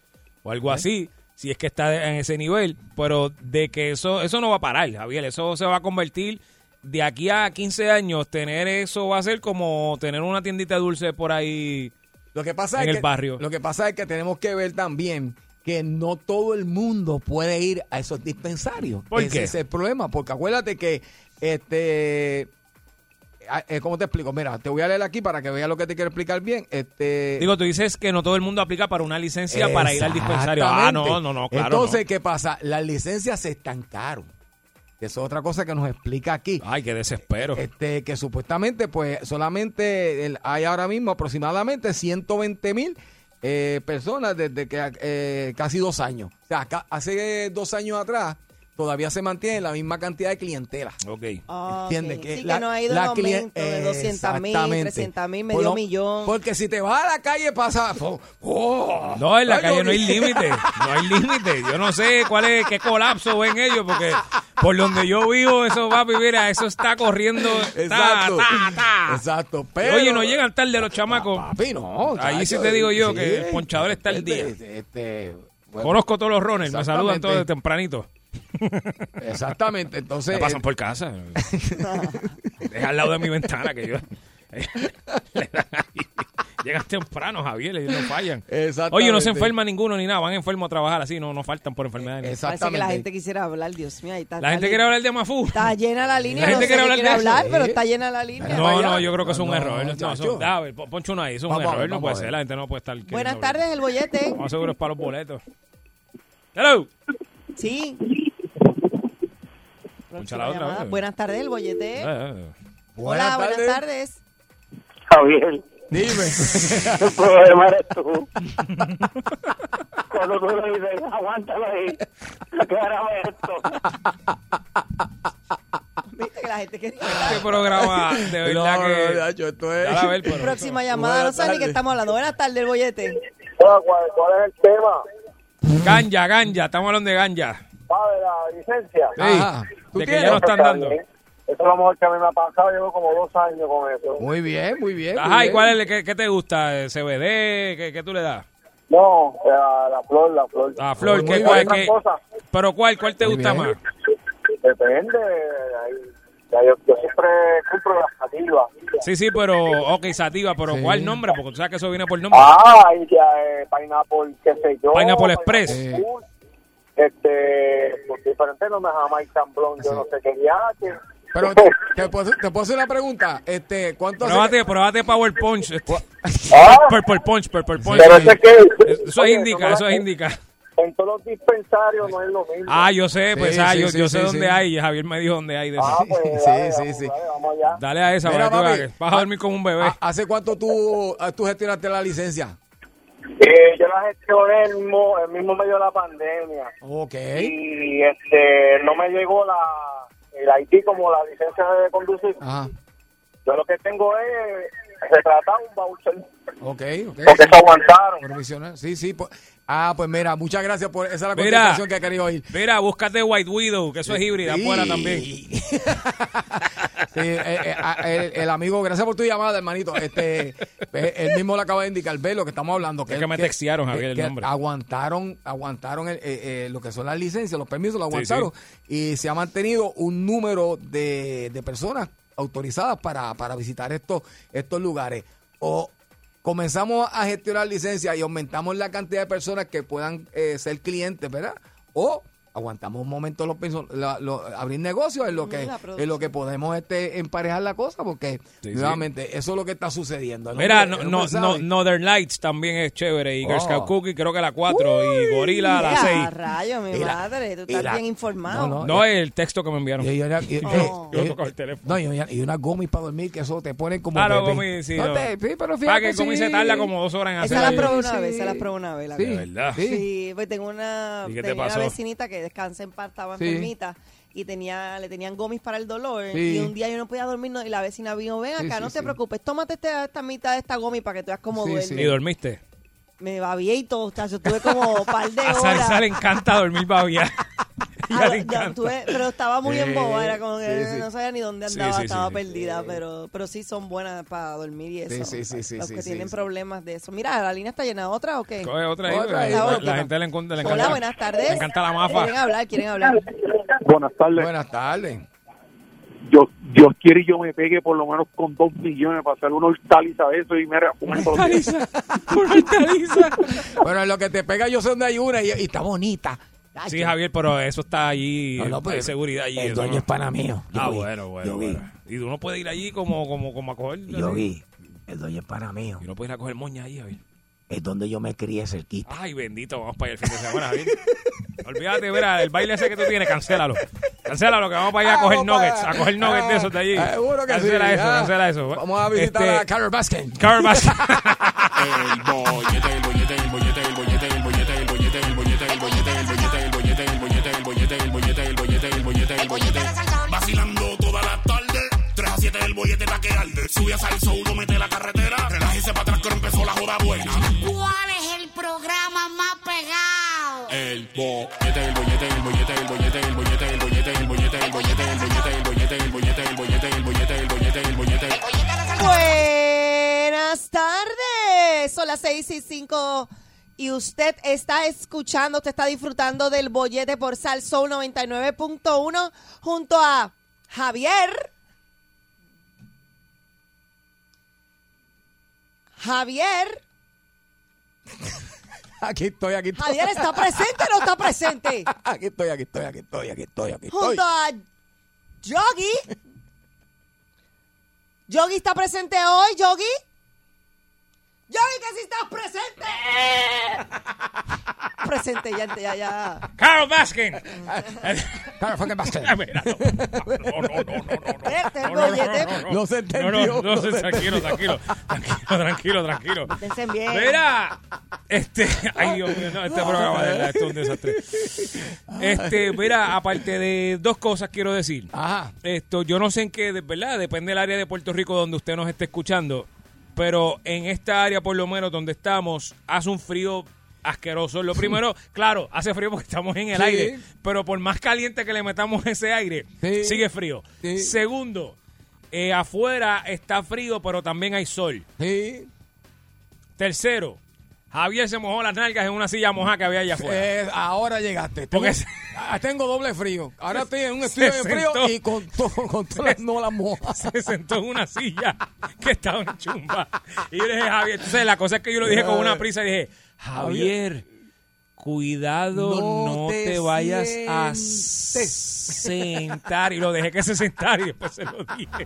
o algo así, si es que está en ese nivel. Pero de que eso, eso no va a parar, Javier, eso se va a convertir, de aquí a 15 años, tener eso va a ser como tener una tiendita de dulce por ahí.
Lo que pasa
en
es
el
que,
barrio.
Lo que pasa es que tenemos que ver también que no todo el mundo puede ir a esos dispensarios.
¿Por
Ese
qué?
es el problema, porque acuérdate que este ah, eh, ¿cómo te explico? Mira, te voy a leer aquí para que veas lo que te quiero explicar bien. Este,
Digo, tú dices que no todo el mundo aplica para una licencia para ir al dispensario. Ah, no, no, no, claro.
Entonces,
no.
¿qué pasa? Las licencias se estancaron. Eso es otra cosa que nos explica aquí.
Ay, qué desespero.
Este, que supuestamente, pues, solamente el- hay ahora mismo aproximadamente 120 mil eh, personas desde que eh, casi dos años. O sea, ca- hace dos años atrás todavía se mantiene la misma cantidad de clientela.
Ok.
Ah,
¿Entiendes?
ok. Sí, que no ha ido
la
un
clien- eh,
aumento de 200 mil,
Exactamente.
300 mil,
Por
medio
lo-
millón.
Porque si te vas a la calle pasa... ¡Oh!
No, en la
Ay,
calle no hay
Dios mío.
límite, no hay límite. Yo no sé cuál es, qué colapso ven ellos, porque por donde yo vivo, eso va a vivir, eso está corriendo. ta,
Exacto.
ta, ta.
Exacto. Pero, Ah,
Oye, no llegan tarde los chamacos.
Papi, no.
Ahí sí
chacho,
te digo yo
sí,
que el ponchador está al día.
Este, este, bueno,
Conozco todos los runners, me saludan
Exactamente.
todos de tempranito.
Exactamente. Entonces, eh,
Me pasan por casa. Deja al lado de mi ventana que yo. le dan ahí. Llegan temprano, Javier, ellos no fallan.
Exactamente.
Oye, no se enferma ninguno ni nada, van enfermos a trabajar así, no, no faltan por enfermedad. ni nada.
Parece que
Exactamente.
la gente quisiera hablar, Dios mío. ahí Está,
La gente
está-
quiere hablar de Mafú.
Está llena la línea.
La gente
no sé
quiere
qué
hablar de
quiere
eso.
hablar, pero
Sí.
está llena la línea.
No,
vaya.
no, yo creo que es un
No,
error. No,
muchacho.
eso- da, a ver, pon- poncho una ahí, es un
Vamos a
error.
ver,
no
vamos
puede
a ver.
ser, la gente no puede estar. queriendo
Buenas
hablar.
tardes, el bollete.
Vamos seguros para los boletos. Hello.
Sí.
Escucha la otra,
Llamada.
oye.
Buenas tardes, el bollete.
Eh,
Hola, buenas tardes.
Javier,
Dime.
el problema eres tú. Cuando tú le dices, aguántalo ahí, aclárame esto.
Viste que la gente quiere
Este programa, de verdad
No,
que.
no, chacho, esto es-
Dale, a ver, pero-
Próxima llamada, no
Buenas
saben ni qué
tardes.
estamos hablando. Buenas tardes, el bollete.
Bueno, ¿Cuál, ¿Cuál es el tema?
Ganja, ganja, estamos hablando de ganja.
Ah, de la licencia.
Ajá. ¿Tú
de que
tienes?
ya no están dando.
Eso es lo mejor que a mí me ha pasado. Llevo como dos años con eso.
Muy bien, muy bien. muy
Ajá, ¿y
bien.
cuál es el, qué, qué te gusta? ¿El CBD? ¿Qué, qué tú le das?
No, la, la flor, la flor.
La flor,
Muy
¿qué,
bien.
cuál,
Otra
qué-
cosa.
¿Pero cuál? ¿Cuál te
Muy
gusta
bien.
más?
Depende. ahí- ya Yo, yo siempre compro las cativas.
Sí, sí, pero. Ok, sativa, pero ¿cuál nombre? Porque tú sabes que eso viene por nombre.
Ah, y ya, eh, pineapple, qué sé yo.
Pineapple Express.
pineapple cool, Este, pues, diferente no me Jamaican blonde, yo no sé qué viaje.
Pero te, te puedo, te puedo hacer una pregunta. Este, ¿cuánto hace-
Probate, probate Power Punch.
Ah,
Purple Punch, Purple Punch.
pero eso es que...
Eso es
Oye,
indica,
no
eso
la-
es indica.
En todos los dispensarios no es lo mismo.
Ah, yo sé, pues
Sí,
ah,
sí,
yo,
sí,
yo
sí,
sé
sí,
dónde
sí.
hay. Javier me dijo dónde hay. de
Ah,
eso.
pues,
Sí,
dale,
sí,
vamos,
sí.
dale, vamos allá.
Dale a esa para que
Mira,
tú
papi.
veas que vas a dormir como un bebé.
Ah, ¿Hace cuánto tú, ah, tú gestionaste la licencia?
Eh, yo la gestioné el mismo, el mismo medio de la pandemia.
Ok.
Y este, no me llegó la, el ID como la licencia de conducir.
Ah.
Ah.
Ajá.
Yo lo que tengo es retratar un voucher.
Ok, ok.
Porque se aguantaron.
Provisional. Sí, sí. po- Ah, pues mira, muchas gracias por esa es la
Mira.
contestación que ha querido oír.
Mira, búscate White Widow, que eso es híbrida
Sí.
afuera también.
Sí, eh, eh, ah, el, el amigo, gracias por tu llamada, hermanito. Este, eh, él mismo le acaba de indicar, ve lo que estamos hablando.
Es que me textearon, Javier, el nombre.
Aguantaron, aguantaron el, eh, eh, lo que son las licencias, los permisos, lo
Sí,
aguantaron. Y se ha mantenido un número de, de personas autorizadas para, para visitar estos, estos lugares. O comenzamos a gestionar licencias y aumentamos la cantidad de personas que puedan eh, ser clientes, ¿verdad? O aguantamos un momento los permisos, la- lo- abrir negocios en lo
Mm,
que
la
en lo que podemos este emparejar la cosa porque
Sí, sí.
nuevamente eso es lo que está sucediendo El
Mira,
hombre-
no,
el
no,
hombre
no,
sabe.
Northern Lights también es chévere. Y Girl
Oh.
Scout Cookie, creo que la 4. Y Gorila, la
Ya,
6.
rayo, mi
Y la-
madre. Tú
y
estás
la-
bien informado.
No, eh. no.
No es el texto que me enviaron.
Y, y- y- eh,
Oh.
Yo toco el teléfono.
No, y, y unas gomis para dormir que eso te ponen como
Ah, no,
bebé.
gomis, sí,
No
no.
te- eh, sí, pero
Para
fíjate
que como
sí.
se tarda como dos horas en hacer
Esa la
la-
probé una
Sí.
vez, esa la probé una vez. La
Sí,
verdad.
verdad.
sí.
Sí, pues tengo una,
¿Y qué te
tenía una
pasó?
vecinita que descansa en paz, estaba
Sí.
enfermita y tenía, le tenían gomis para el dolor.
Sí.
Y un día yo no podía dormir no, y la vecina vino, ven
Sí,
acá,
sí,
no te
sí.
preocupes, tómate este- esta mitad de esta gomi para que tú veas cómo
Sí,
duerme.
sí.
Y dormiste.
Me babié y todo, chacho, tuve como un par de
A
horas.
Salsa le encanta dormir babia.
Ah,
Ya le
no, ya
encanta.
tuve- pero estaba muy en boba, era como que
sí, sí.
no sabía ni dónde
Sí,
andaba,
sí, sí,
estaba
sí.
perdida, pero pero sí son buenas para dormir y eso.
sí, sí, sí,
Los
sí,
que
sí,
tienen
sí.
problemas de eso. Mira, la línea está llena. ¿Otra o qué?
Coge otra ahí,
Otra
porque
ahí,
la-
otra.
la gente le encanta. le
Hola,
encanta-
buenas tardes.
Le encanta la
Quieren
mafa.
hablar, quieren hablar.
Buenas tardes.
buenas tardes
Yo, Dios quiere y yo me pegue por lo menos con dos millones para hacer una hortaliza de eso y me refumen todos los días.
Una hortaliza.
bueno en lo que te pega yo sé dónde hay una y, y está bonita
Sí, Javier, pero eso está allí.
No, no, pero
hay seguridad allí.
El
eso
dueño
no-
es pana mío.
Ah,
Yogi,
bueno, bueno,
Yogi,
bueno. Y uno puede ir allí como, como, como a coger.
Yogi, el dueño es pana mío.
Y uno puede ir a coger moña allí, Javier.
Es donde yo me crié cerquita.
Ay, bendito, vamos para allá el fin de semana, Javier. Olvídate, verá, el baile ese que tú tienes, cancélalo. Cancélalo, que vamos para allá a coger
Vamos para-
nuggets, a coger nuggets de esos de allí.
Ah, Seguro que
cancela
sí.
eso,
ah.
cancela eso.
Vamos a visitar
Este,
a Carol Baskin.
Carol Baskin.
El bollete, el bollete, el bollete, el bollete, el bollete, el bollete, el bollete, el bollete, el bollete, el bollete, el bollete, el bollete, el bollete, el bollete, el bollete, el bollete. Vacilando toda la tarde, 3 a 7 el bollete está que arde. Sube a salso, uno mete la carretera, relájese para atrás que ahora empezó la joda buena.
¿Cuál es el programa más pegado?
El bollete, el bollete, el bollete, el bollete, el bollete, el bollete, el bollete, el bollete, el bollete, el bollete, el bollete, el bollete, el bollete, el bollete, el bollete.
Buenas tardes, son las seis y cinco y usted está escuchando, usted está disfrutando del bollete por Sal Soul 99.1 junto a Javier. Javier,
Aquí estoy, aquí estoy.
Javier está presente o no está presente.
Aquí estoy, aquí estoy, aquí estoy, aquí estoy, aquí estoy.
Junto a Yogi. Yogi está presente hoy, Yogi. Yogi, que si estás presente. presente, ya, ya, ya.
Carol Baskin.
Carol fucking Baskin.
Mira, no, no, no, no, no, no.
Este es
No, no, no,
bollete.
no, no, no.
No se entendió,
No, no, no,
no
se-
se
tranquilo, tranquilo, tranquilo, tranquilo, tranquilo.
Piensen bien.
Mira, este, ay Dios mío, no, este programa de verdad, esto es un desastre. Este, mira, aparte de dos cosas quiero decir.
Ajá.
Esto, yo no sé en qué, de- ¿verdad? Depende del área de Puerto Rico donde usted nos esté escuchando, pero en esta área por lo menos donde estamos hace un frío asqueroso. Lo primero, claro, hace frío porque estamos en el
Sí.
aire, pero por más caliente que le metamos ese aire,
Sí.
sigue frío.
Sí.
Segundo, eh, afuera está frío, pero también hay sol.
Sí.
Tercero, Javier se mojó las nalgas en una silla mojada que había allá afuera.
Eh, ahora llegaste.
Porque
Tengo-
se-
Ah, tengo doble frío. Ahora estoy en un
se
estudio de frío
sentó.
y con, todo con todas no las mojas.
Se sentó en una silla que estaba en chumba. Y yo le dije, Javier, entonces la cosa es que yo lo dije con una prisa y dije, Javier, cuidado, no,
No
te,
te
vayas a
sientes.
sentar. Y lo dejé que se sentara y después se lo dije.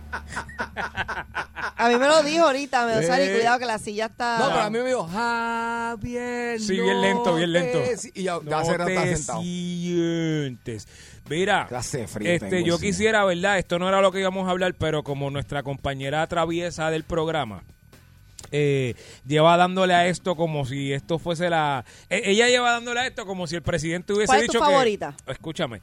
A mí me lo dijo ahorita, me dijo, Sari,
Eh.
cuidado que la silla está.
No, pero a mí me dijo, Javier.
Sí,
no
bien lento, bien lento.
te si-". Y ya, ya
no
hace rato está
te
sentado.
sientes. Mira,
Clase de frío
este,
tengo
yo
encima.
quisiera, ¿verdad? Esto no era lo que íbamos a hablar, pero como nuestra compañera traviesa del programa eh, lleva dándole a esto como si esto fuese la... e- ella lleva dándole a esto como si el presidente hubiese
¿Cuál es tu
dicho que-
favorita?
Escúchame.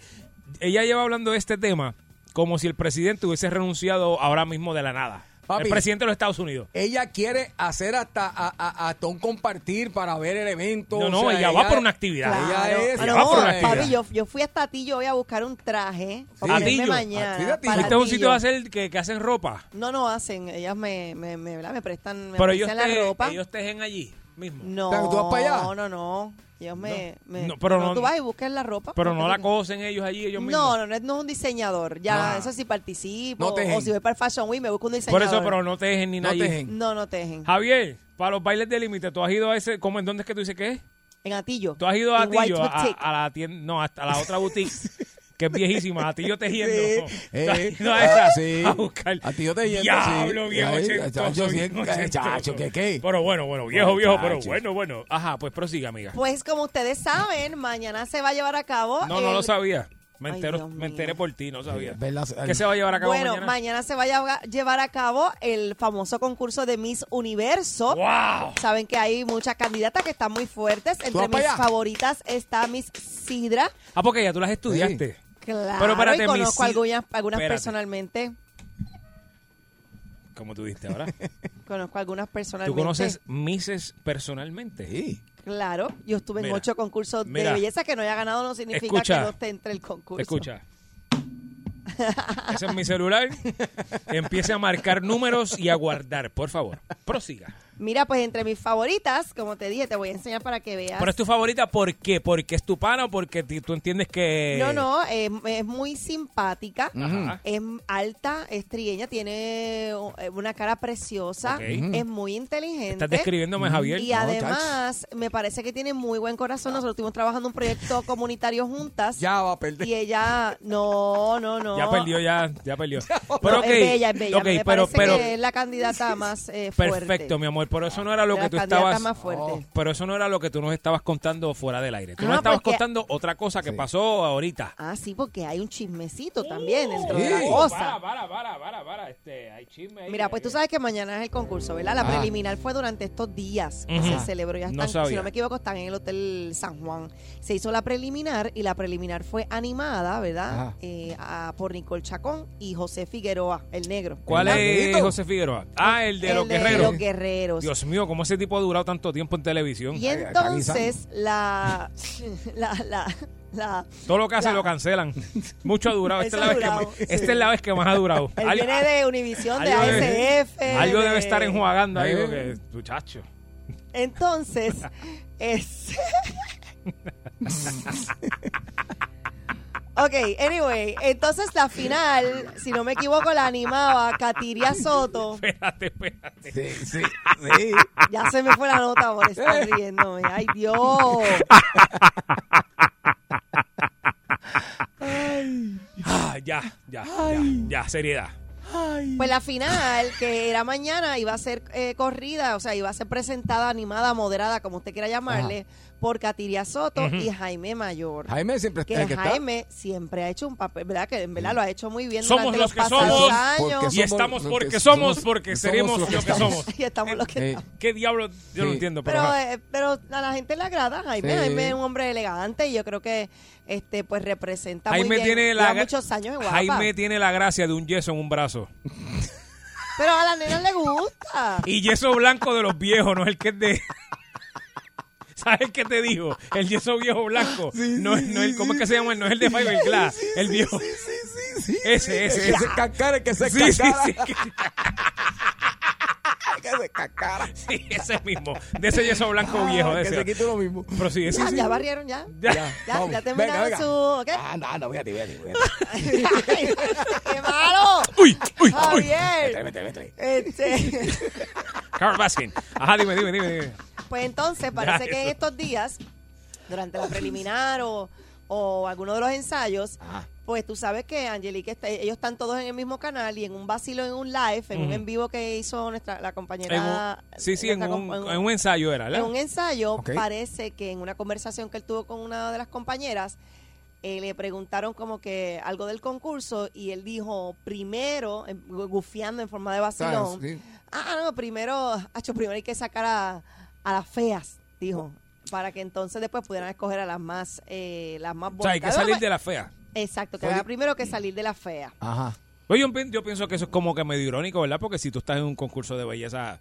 Ella lleva hablando de este tema como si el presidente hubiese renunciado ahora mismo de la nada.
Papi.
el presidente de los Estados Unidos.
Ella quiere hacer hasta, a- a- hasta un compartir para ver el evento.
No,
o
no,
sea,
ella, va por una actividad.
Ella es-
Ah,
Ella va por una
no,
actividad.
papi, yo, yo fui a Tatillo voy a buscar un traje.
¿A
Para ponerme
Tillo?
¿A ti,
mañana.
a ti?
para
Este es un sitio
Tillo.
de hacer que, que hacen ropa.
No, no hacen. Ellas me, me, me, ¿verdad? me prestan, me
pero ellos
prestan
te,
la ropa.
ellos tejen allí mismo.
No,
Pero tú vas para allá.
no, no, no. Ellos me, me-
No, pero no-
tú vas y buscas la ropa.
Pero no la
Porque-
cosen ellos allí ellos mismos.
No, no, no es, no es un diseñador. Ya,
Ah.
eso sí participo.
No tejen.
o si voy para el Fashion Week, me busco un
Por
diseñador.
eso, pero no tejen ni
No
nada allí.
tejen.
No, no tejen.
Javier, para los bailes de límite, ¿tú has ido a ese? ¿Cómo en dónde es que tú dices que es?
En Atillo.
¿Tú has ido a
En White
Atillo? A,
Boutique.
a la tienda, no, hasta la otra boutique. Que es viejísima, a ti yo tejiendo. ¿Tú has
eh,
ido a esa?
sí.
A buscar.
A ti yo tejiendo,
Diablo,
sí.
viejo
Ay,
ochentoso,
chacho, sí,
viejo
eh,
ochentoso.
chacho, ¿qué, qué?
Pero bueno, bueno, viejo, viejo, pero
Muchacho.
bueno, bueno. Ajá, pues prosiga, amiga.
Pues como ustedes saben, mañana se va a llevar a cabo.
No, no
el-
lo sabía. Me,
Ay,
entero-
Dios
me
mío.
enteré por ti, no sabía.
¿Verdad?
¿Qué se va a llevar a cabo
Bueno,
mañana?
mañana? se va a lleva- llevar a cabo el famoso concurso de Miss Universo.
¡Wow!
Saben que hay muchas candidatas que están muy fuertes. Entre
vas para
mis
allá?
favoritas está Miss Sidra.
Ah, porque ya tú las estudiaste.
Claro,
Pero espérate,
y
Miss
conozco
Sidra-
algunas, algunas
espérate.
personalmente.
Como tú dijiste ahora.
Conozco algunas
¿Tú
personalmente.
conoces Mises personalmente?
Sí.
Claro, yo estuve en
Mira,
ocho concursos
mira.
de belleza que no haya ganado no significa
Escucha.
que no esté entre el concurso.
Escucha. Ese es mi celular. Empiece a marcar números y a guardar, por favor. Prosiga.
Mira, pues entre mis favoritas, como te dije, te voy a enseñar para que veas.
Pero es tu favorita, ¿por qué? ¿Porque es tu pana o porque ti- tú entiendes que...
No, no, es, es muy simpática,
eh, Ajá.
es alta, es trigueña, tiene eh, una cara preciosa,
Ok.
es muy inteligente.
Estás describiéndome, Javier.
Y
No,
además, me parece que tiene muy buen corazón. Nosotros estuvimos trabajando un proyecto comunitario juntas.
Ya va a perder.
Y ella, no, no, no.
Ya perdió, ya, ya perdió. Pero
No,
ok,
es bella, es bella.
ok,
me
pero,
parece
pero
que es la candidata más eh, fuerte.
perfecto, mi amor. Pero eso no era lo
La
que tú
candidata
estabas...
más fuerte.
Oh, pero eso no era lo que tú nos estabas contando fuera del aire. Tú
Ah,
nos estabas
porque-
contando otra cosa que pasó ahorita.
Ah, sí, porque hay un chismecito también dentro de
Sí.
la cosa.
para, para, para, para. Este, hay chisme ahí.
Mira, pues tú sabes que mañana es el concurso, ¿verdad? La preliminar fue durante estos días que
Ah. Ujú.
se celebró. Ya
No
están, si
sabía.
no me equivoco, están en el Hotel San Juan. Se hizo la preliminar y la preliminar fue animada,
Ah.
¿verdad?
Ajá.
Eh, a- por Nicole Chacón y José Figueroa, el negro.
¿Cuál es
Maldito.
José Figueroa? Ah, el de
El
los
de
guerreros.
los guerreros.
Dios mío, ¿cómo ese tipo ha durado tanto tiempo en televisión?
Y entonces la, la, la, la-
Todo lo que hace
la-
lo cancelan. Mucho ha durado. Esta, es la,
Eso ha
vez que
durado,
más,
sí.
esta es la vez que más ha durado.
él
Algo-
viene de Univisión, de
algo debe-
ASF.
Algo
de-
debe estar enjuagando ahí
Eh.
porque, muchacho.
Entonces, es... Ok, anyway, entonces la final, si no me equivoco, la animaba Katiria Soto.
Espérate, espérate.
Sí, sí, sí.
Ya se me fue la nota por
Eh.
estar riéndome. ¡Ay, Dios!
Ah, ya, ya, ya, ya, seriedad.
Pues la final, que era mañana, iba a ser eh, corrida, o sea, iba a ser presentada, animada, moderada, como usted quiera llamarle, por Katiria Soto y Jaime Mayor.
Jaime siempre
que
está el que está.
Jaime siempre ha hecho un papel, ¿verdad? Que en verdad lo ha hecho muy bien
Mm. Somos
durante
los que
pasados
somos,
años.
Y estamos porque somos, porque seremos
lo
lo que somos.
Y estamos los que
Eh,
estamos.
¿Qué diablo? Yo no
Sí.
entiendo, pero.
Pero,
ajá.
eh, pero a la gente le agrada Jaime.
Sí.
Jaime es un hombre elegante y yo creo que este pues representa muy
Jaime
bien.
tiene la
Lleva
gra-
muchos años en Guapa.
Jaime tiene la gracia de un yeso en un brazo.
Pero a la nena le gusta.
Y yeso blanco de los viejos, no es el que es de. ¿Sabes qué te digo? El yeso viejo blanco. no, es- no es- ¿Cómo es que se llama? No es el de Fiberglass. el viejo.
Sí, sí, sí.
Ese, ese,
Que
ese.
se cascara, que se
Sí, sí,
cascara.
sí,
Que se cascara.
sí, ese mismo. De ese yeso blanco viejo. De
Ah, que se
ese.
quite lo mismo.
Prosigue, sí,
Ya,
sí.
ya barrieron ya.
Ya.
Ya,
vamos.
ya terminaron
Venga, Ah, venga.
su. ¿ok?
Anda, anda, voy a ti, voy a ti. voy a ti.
¡Qué malo!
Uy, uy, uy.
Vete,
Javier.
vete, vete.
Este.
Carl Baskin. Ajá, dime, dime, dime. dime.
Pues entonces parece
Ya,
que en
eso.
estos días, durante la preliminar o, o alguno de los
Ah.
ensayos,
Ah.
pues tú sabes que Angelique, está- ellos están todos en el mismo canal y en un vacilo, en un live, en un en vivo que hizo nuestra la
Mm. En un-
compañera.
sí, sí, en
nuestra
un,
compa-
en un ensayo era,
en
¿verdad?
un ensayo,
Ok.
parece que en una conversación que él tuvo con una de las compañeras, eh, le preguntaron como que algo del concurso y él dijo primero, eh, gu- gufiando en forma de vacilón,
Sí.
ah, no, primero, acho, primero hay que sacar a, a las feas, dijo, para que entonces después pudieran escoger a las más, eh, las más
O sea, hay que
bonitas".
salir de la fea.
Exacto, que había primero que salir de las feas.
Ajá.
Oye, Pues yo, pi- yo pienso que eso es como que medio irónico, ¿verdad? Porque si tú estás en un concurso de belleza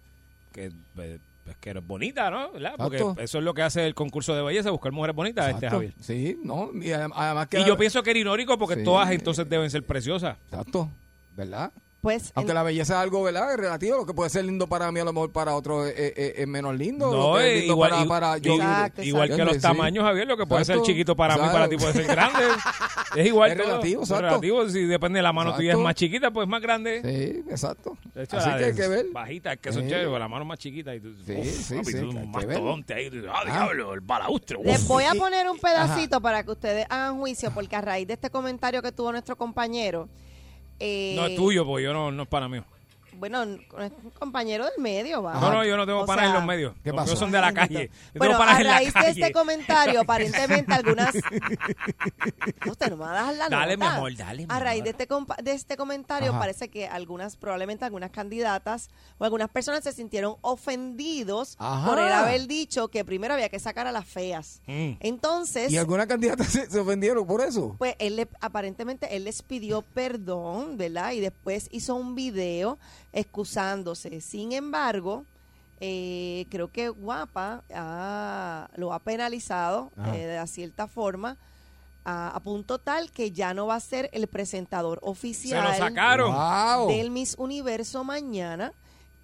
que, eh, pues, que eres bonita, ¿no? ¿Verdad? Porque
Exacto.
eso es lo que hace el concurso de belleza, buscar mujeres bonitas, este
Exacto.
Javier.
Sí, no, y adem- además que...
Y yo pienso que era irónico porque
Sí.
todas entonces deben ser preciosas.
Exacto, ¿verdad?
Pues,
Aunque
en-
la belleza es algo, ¿verdad? Es relativo. Lo que puede ser lindo para mí, a lo mejor para otro es, es- es menos lindo.
No,
lo que es
eh,
lindo
igual,
para,
i-
para-
i-
yo-
Exacto,
igual que
exacto.
los
Sí.
tamaños, Javier, lo que puede ser
Exacto.
chiquito para mí, para ti
Exacto.
puede ser grande. Es igual.
Es
todo.
relativo,
Es
exacto.
relativo. Si depende de la mano tuya es
Exacto.
más chiquita, pues más grande.
Sí, exacto.
De hecho,
Así
la
que hay
de-
que ver.
Bajita, es que son
Sí.
chéveres, con la mano más chiquita. Y tú,
Sí,
uf,
sí,
papi,
sí,
tú
hay
un
que ver.
mastodonte ahí. tú dices, ah, diablo, el balaustre.
Les
uf.
voy a poner un pedacito para que ustedes hagan juicio, porque a raíz de este comentario que tuvo nuestro compañero. eh,
No es tuyo, porque yo no, no es para mí.
Bueno, n- es un compañero del medio, va.
No, no, yo no tengo
O
panas en
sea,
los medios.
¿qué
Los
pasó?
míos son de la calle. Yo
Bueno,
tengo panas
a
en la
raíz de
calle.
este comentario, aparentemente algunas. Usted no me va a dejar la
Dale,
nota.
mi amor, dale, mi
A raíz
amor.
de este, compa- de este comentario,
Ajá.
parece que algunas, probablemente algunas candidatas o algunas personas se sintieron ofendidos
Ajá.
por el haber dicho que primero había que sacar a las feas. Entonces.
Y alguna candidata se, se ofendieron por eso.
Pues él le- aparentemente él les pidió perdón, ¿verdad? Y después hizo un video excusándose. Sin embargo, eh, creo que Guapa ha- lo ha penalizado eh, de cierta forma a, a punto tal que ya no va a ser el presentador
Se lo
oficial
sacaron.
Wow.
del Miss Universo mañana.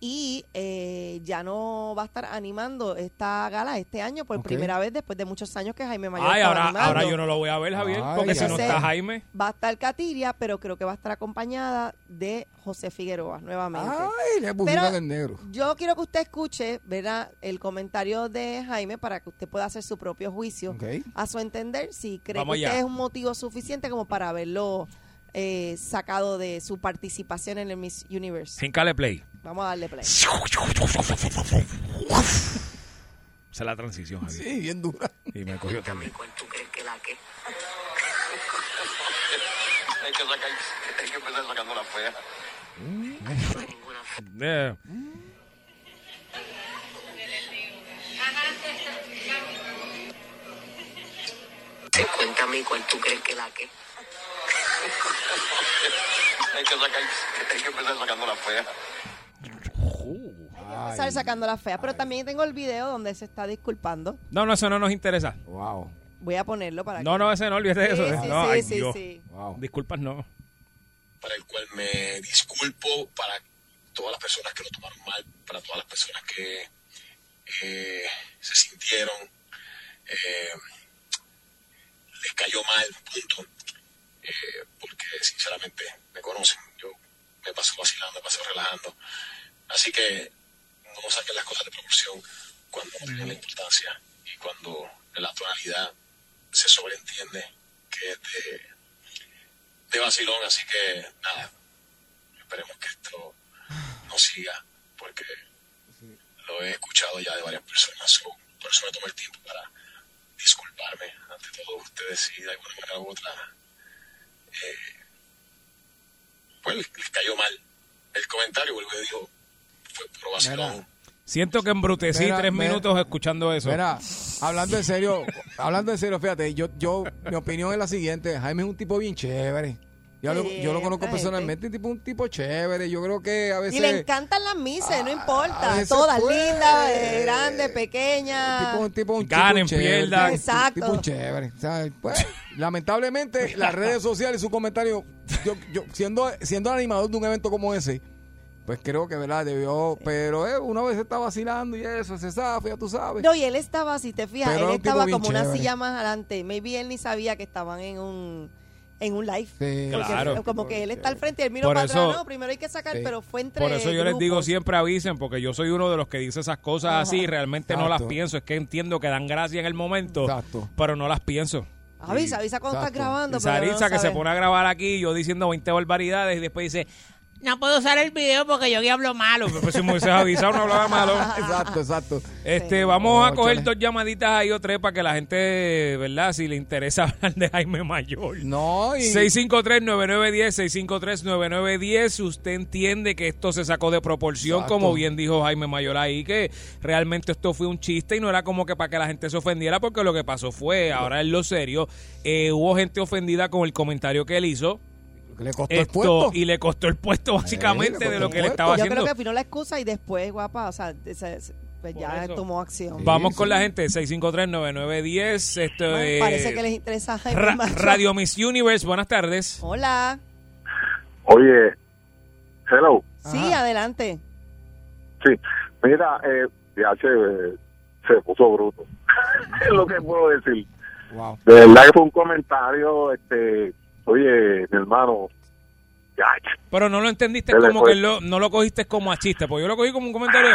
y eh, ya no va a estar animando esta gala este año por
Ok.
primera vez después de muchos años que Jaime Mayor
Ay,
estaba
ahora,
animando.
ahora yo no lo voy a ver, Javier,
Ay,
porque si no
Entonces,
está Jaime.
Va a estar Catiria, pero creo que va a estar acompañada de José Figueroa nuevamente.
Ay, le
Pero-
pusieron el negro.
Yo quiero que usted escuche, ¿verdad?, el comentario de Jaime para que usted pueda hacer su propio juicio
Ok.
a su entender si cree
Vamos
que
allá.
usted es un motivo suficiente como para haberlo eh, sacado de su participación en el Miss Universe.
Jincale play.
Vamos a darle play.
Esa es la transición, Javier.
Sí, bien dura.
Y me cogió también.
Hay que sacar, hay que empezar sacando la fea.
Eh,
Cuéntame cuál tú crees que la que.
Hay que sacar, hay que empezar sacando la fea.
Sale sacando la fea, pero también tengo el video donde se está disculpando.
No, no, eso no nos interesa.
Wow,
Voy a ponerlo para
No,
que...
no, ese no, olvídate de
Sí,
eso.
sí,
no,
sí,
ay,
sí,
Dios.
sí.
wow.
Disculpas, no.
para el cual me disculpo para todas las personas que lo tomaron mal, para todas las personas que eh, se sintieron, eh, les cayó mal, punto, Eh, porque sinceramente me conocen, yo me paso vacilando, me paso relajando, así que no saquen las cosas de proporción cuando no tienen la importancia y cuando la tonalidad se sobreentiende que es de de vacilón, así que nada, esperemos que esto no siga, porque lo he escuchado ya de varias personas, so, por eso me tomo el tiempo para disculparme ante todos ustedes y de alguna manera u otra, eh, pues les, les cayó mal el comentario, vuelvo y digo, fue por vacilón.
Siento que embrutecí
Mira,
tres
mira.
minutos escuchando eso.
Mira, hablando en serio, hablando en serio, fíjate, yo, yo, mi opinión es la siguiente, Jaime es un tipo bien chévere. Yo lo, yo lo conozco
Siempre,
personalmente, tipo un tipo chévere. Yo creo que a veces
Y le encantan las
pues, eh, Ah,
mises, no
a
importa.
veces,
Todas
pues,
lindas, eh, grandes,
tipo
pequeñas.
un tipo un
Ganen,
tipo un chévere,
pierdan.
un
Exacto.
Tipo un chévere. O sea, pues, lamentablemente las redes sociales y su comentario, yo, yo siendo siendo animador de un evento como ese, pues creo que verdad debió, pero eh, una vez está vacilando y eso se zafa, ya tú sabes.
No, y él estaba, si te fijas,
Pero era
él
un tipo
estaba
bien
como una
chévere.
silla más adelante. Maybe él ni sabía que estaban en un en un live.
Sí.
Porque
Claro.
Como que él está al frente y él miró
Por
para
eso-
atrás. No, primero hay que sacar,
Sí.
pero fue entre
Por eso yo les
grupos.
digo siempre avisen, porque yo soy uno de los que dice esas cosas
Ajá.
así y realmente no
Exacto.
las pienso. Es que entiendo que dan gracia en el momento,
Exacto.
pero no las pienso.
Avisa, avisa cuando estás
Exacto.
grabando.
Y
pero no
Saritza que se
sabes.
pone a grabar aquí, yo diciendo 20 barbaridades y después dice,
No puedo usar el video porque yo hablo malo.
pues si me hubieses avisado no hablaba malo.
Exacto, exacto.
Este, vamos a
Óchale.
coger dos llamaditas ahí o tres para que la gente, ¿verdad? Si le interesa hablar de Jaime Mayor.
No, y
653-9910, 653-9910. Usted entiende que esto se sacó de proporción,
Exacto.
como bien dijo Jaime Mayor ahí, que realmente esto fue un chiste y no era como que para que la gente se ofendiera, porque lo que pasó fue, ahora es lo serio, eh, hubo gente ofendida con el comentario que él hizo.
le costó el
Esto,
puesto. Eh,
y le costó el puesto básicamente de
le costó
lo
el
que le
puesto.
estaba
Yo
haciendo.
creo que afinó la excusa y después, guapa, o sea, se- se- pues
Por
ya
eso.
tomó acción.
Sí.
Vamos con la gente, 653-9910. Esto
Bueno,
es
parece que les interesa a Jaime
Ra-
Mayor.
Radio Miss Universe. Buenas tardes.
Hola.
Oye, hello.
Sí, adelante.
Sí, mira, eh, DH, eh, se puso bruto. es lo que puedo decir.
Wow.
De verdad que fue un comentario, este, oye, mi hermano, DH,
Pero no lo entendiste
Él le
como
fue.
que lo- no lo cogiste como a chiste, porque yo lo cogí como un comentario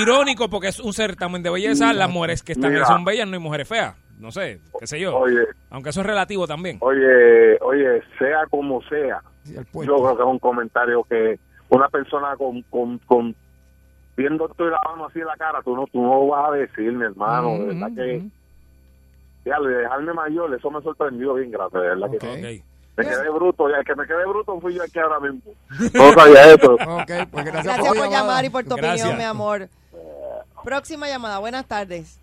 irónico, porque es un certamen de belleza. Las mujeres que están ahí
Mm, Mira.
son bellas, no hay mujeres feas. No sé, qué sé yo.
oye,
Aunque eso es relativo también.
oye, oye, sea como sea,
Sí, el
yo
puesto.
creo que es un comentario que una persona con, con, con viendo esto y la mano así en la cara, tú no, tú no vas a decir, mi hermano, de verdad que... Ya, de dejarme mayor, eso me sorprendió bien grande, de verdad que
Ok. Pues
Ok.
me quedé bruto, ya el que me quedé bruto fui yo aquí ahora mismo. No sabía eso.
Ok, pues gracias,
Gracias por llamar y por tu
Gracias.
opinión, mi amor. Próxima llamada. Buenas tardes.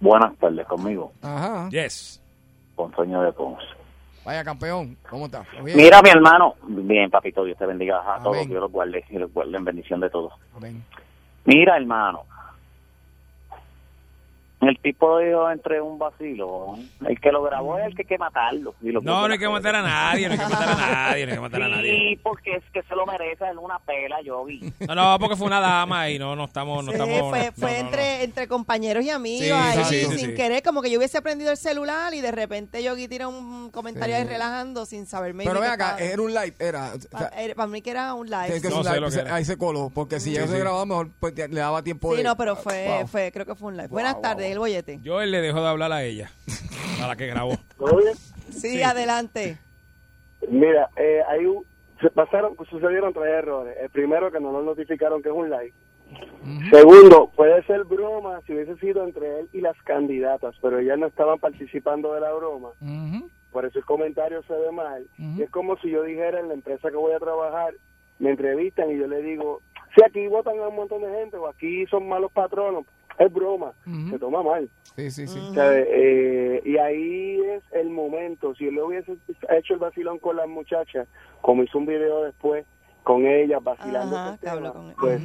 Buenas tardes, conmigo,
Ajá.
Yes.
con Sueño de Ponce.
Vaya campeón, ¿cómo estás? Bien.
Mira, mi hermano. Bien, papito, Dios te bendiga a todos.
Amén.
Dios los guarde y los guarde en bendición de todos.
Amén.
Mira, hermano.
El tipo dijo entre un vacilo. El que lo grabó es el que hay que matarlo. Y lo
No, no hay que matar a nadie, no hay que matar a nadie, no hay que matar a nadie.
Sí, porque es que se lo merece en una pela, yo vi.
No, no, porque fue una dama y no, no estamos, no
Sí,
estamos.
Eh, fue,
no,
fue
no, no.
entre, entre compañeros y amigos,
Sí,
ahí,
sí, sí,
sin
sí.
querer, como que yo hubiese prendido el celular y de repente Yogi tira un comentario ahí relajando sin saberme.
Pero
ni
ven
qué
acá,
estaba-
era un live, era. o sea,
Pa- era- para mí que era un live.
es que
Sí,
es
No
un
sé
pues,
live,
lo que
se-
era.
ahí se coló, porque si ya se grababa mejor, pues te- le daba tiempo de.
no, pero fue,
Wow.
fue, creo que fue un live. Buenas tardes, el bollete.
Yo él le dejó de hablar a ella, a la que grabó.
Sí, adelante.
Mira, eh, hay un- se pasaron, sucedieron tres errores. El primero, que no nos notificaron que es un like. Segundo, puede ser broma si hubiese sido entre él y las candidatas, pero ellas no estaban participando de la broma. Por eso el comentario se ve mal. Y es como si yo dijera en la empresa que voy a trabajar, me entrevistan y yo le digo, si aquí votan a un montón de gente o aquí son malos patronos, es broma, se toma mal.
Sí, sí, sí.
O sea, eh, y ahí es el momento. Si él hubiese hecho el vacilón con las muchachas, como hizo un video después con ellas vacilando,
Ajá,
esos
Ah, que habló
temas,
con-
pues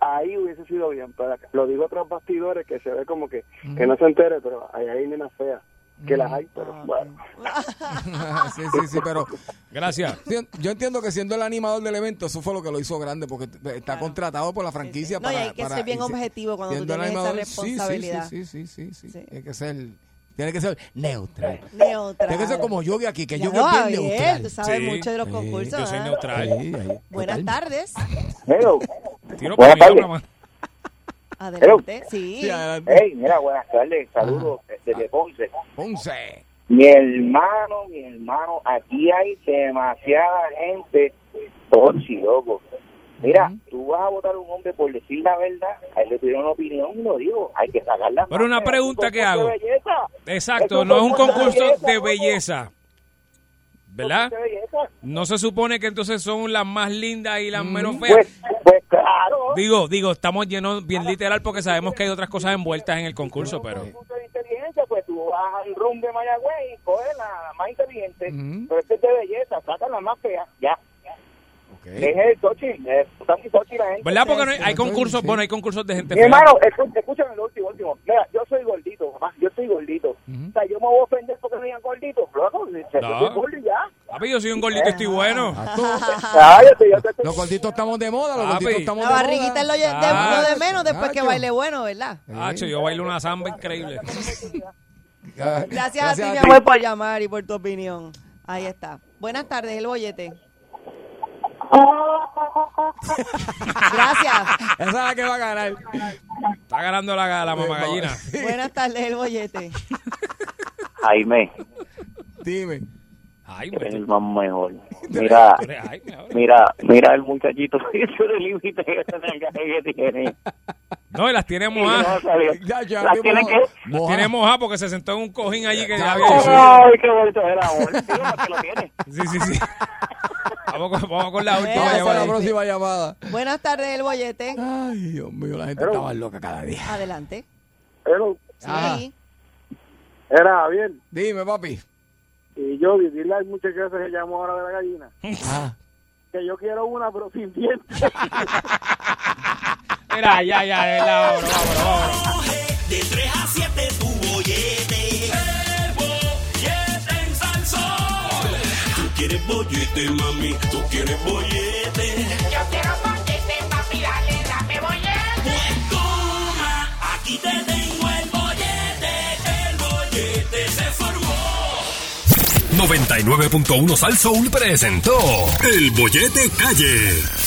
ahí hubiese sido bien. Pero lo digo tras bastidores que se ve como que, que no se entere, pero ahí hay nenas feas que las hay, pero bueno.
sí, sí, sí, pero
Gracias.
tien- yo entiendo que siendo el animador del evento, eso fue lo que lo hizo grande, porque t- está contratado por la franquicia
No, y
para.
hay que
para-
ser bien
y se-
objetivo cuando tú
siendo el
tienes esa
animador, sí, sí, sí,
responsabilidad.
Sí, sí, sí, sí,
Sí.
Hay que ser, tiene que ser neutral.
Neutral.
Tiene que ser como Yogi aquí, que
Ya,
Yogi es bien
Javier,
neutral.
Tú sabes
Sí.
mucho de los
Mm,
Sí,
concursos.
Yo soy
¿ah?
neutral.
Sí, ahí.
Buenas tardes.
Hello,
Tiro
Buenas
para mí,
tardes.
mamá.
Adelante. Sí.
Sí, adelante.
hey, mira, buenas tardes, saludos desde Ponce.
Ponce.
Mi hermano, mi hermano, aquí hay demasiada gente torci, loco. Mira, tú vas a votar a un hombre por decir la verdad, a él le pidieron una opinión y lo digo, hay que sacarla.
Pero una pregunta que hago. Exacto,
Es
no es un concurso de
loco.
belleza. ¿Verdad?
Concurso de belleza.
No se supone que entonces son las más lindas y las menos feas.
Pues, pues claro,
Digo, digo, estamos llenos bien literal porque sabemos que hay otras cosas envueltas en el concurso, pero
punto de inteligencia, pues tú vas al rum de Mayagüez y coges la más inteligente, pero este es de belleza, saca la más fea, ya. Es el eh, tochi, es tan tochi la gente.
Eh. ¿verdad? Porque no hay, hay concursos, bueno, hay concursos de gente
Mi
fea.
hermano, escu- escúchame lo último, último. Mira, yo soy gordito, papá, yo soy gordito. O sea, yo me voy a ofender porque me digan gordito, loco. Yo
No.
soy gordo y ya.
Papi, yo soy un gordito, estoy bueno.
Cállate, yo te estoy...
Ah, Los gorditos estamos de moda, los
Papi.
gorditos estamos
La
de moda.
barriguita es lo, ye- de,
Ah,
lo de menos después que
Nacho.
baile bueno, ¿verdad?
Hacho, Ah, yo bailo una samba increíble.
Ah,
Gracias, a ti, mi amor, por llamar y por tu opinión. Ahí está. Buenas tardes, el bollete. Gracias.
Esa es la que va a ganar. Pues,
Está ganando la, la mamá gallina.
Buenas tardes, el bollete.
Jaime,
Dime.
Ay,
es
me
el más mejor. Mira,
ay, me abre.
mira, mira el muchachito que hizo el límite que que tiene.
No, y las tiene mojadas.
Ya, ya,
Las
mismo
tiene
no-
que...
Las
Moja.
tiene mojadas porque se sentó en un cojín allí que ya había.
Ay, qué bonito es el amor. Sí, porque lo tiene.
Sí, sí, sí. Vamos con, vamos con la última.
Vamos
Vamos a
llamada.
la próxima llamada.
Buenas tardes, el bollete.
Ay, Dios mío, la gente
Pero-
está más loca cada día.
Adelante.
Ah.
Sí.
Era bien.
Dime, papi.
Y yo, decirle al muchacho que se llamó ahora de la gallina,
Ah,
que yo quiero una, pero sin dientes.
Mira, ya, ya, es la hora. Vámonos, vámonos.
De 3 a 7 tu bollete. El bollete en Salsón. Tú quieres bollete, mami. Tú quieres bollete. Yo quiero bollete, papi. Dale, dame bollete. Pues toma, aquí te tengo el bollete. El bollete se formó.
99.1 Sal Soul presentó El Bollete Calle.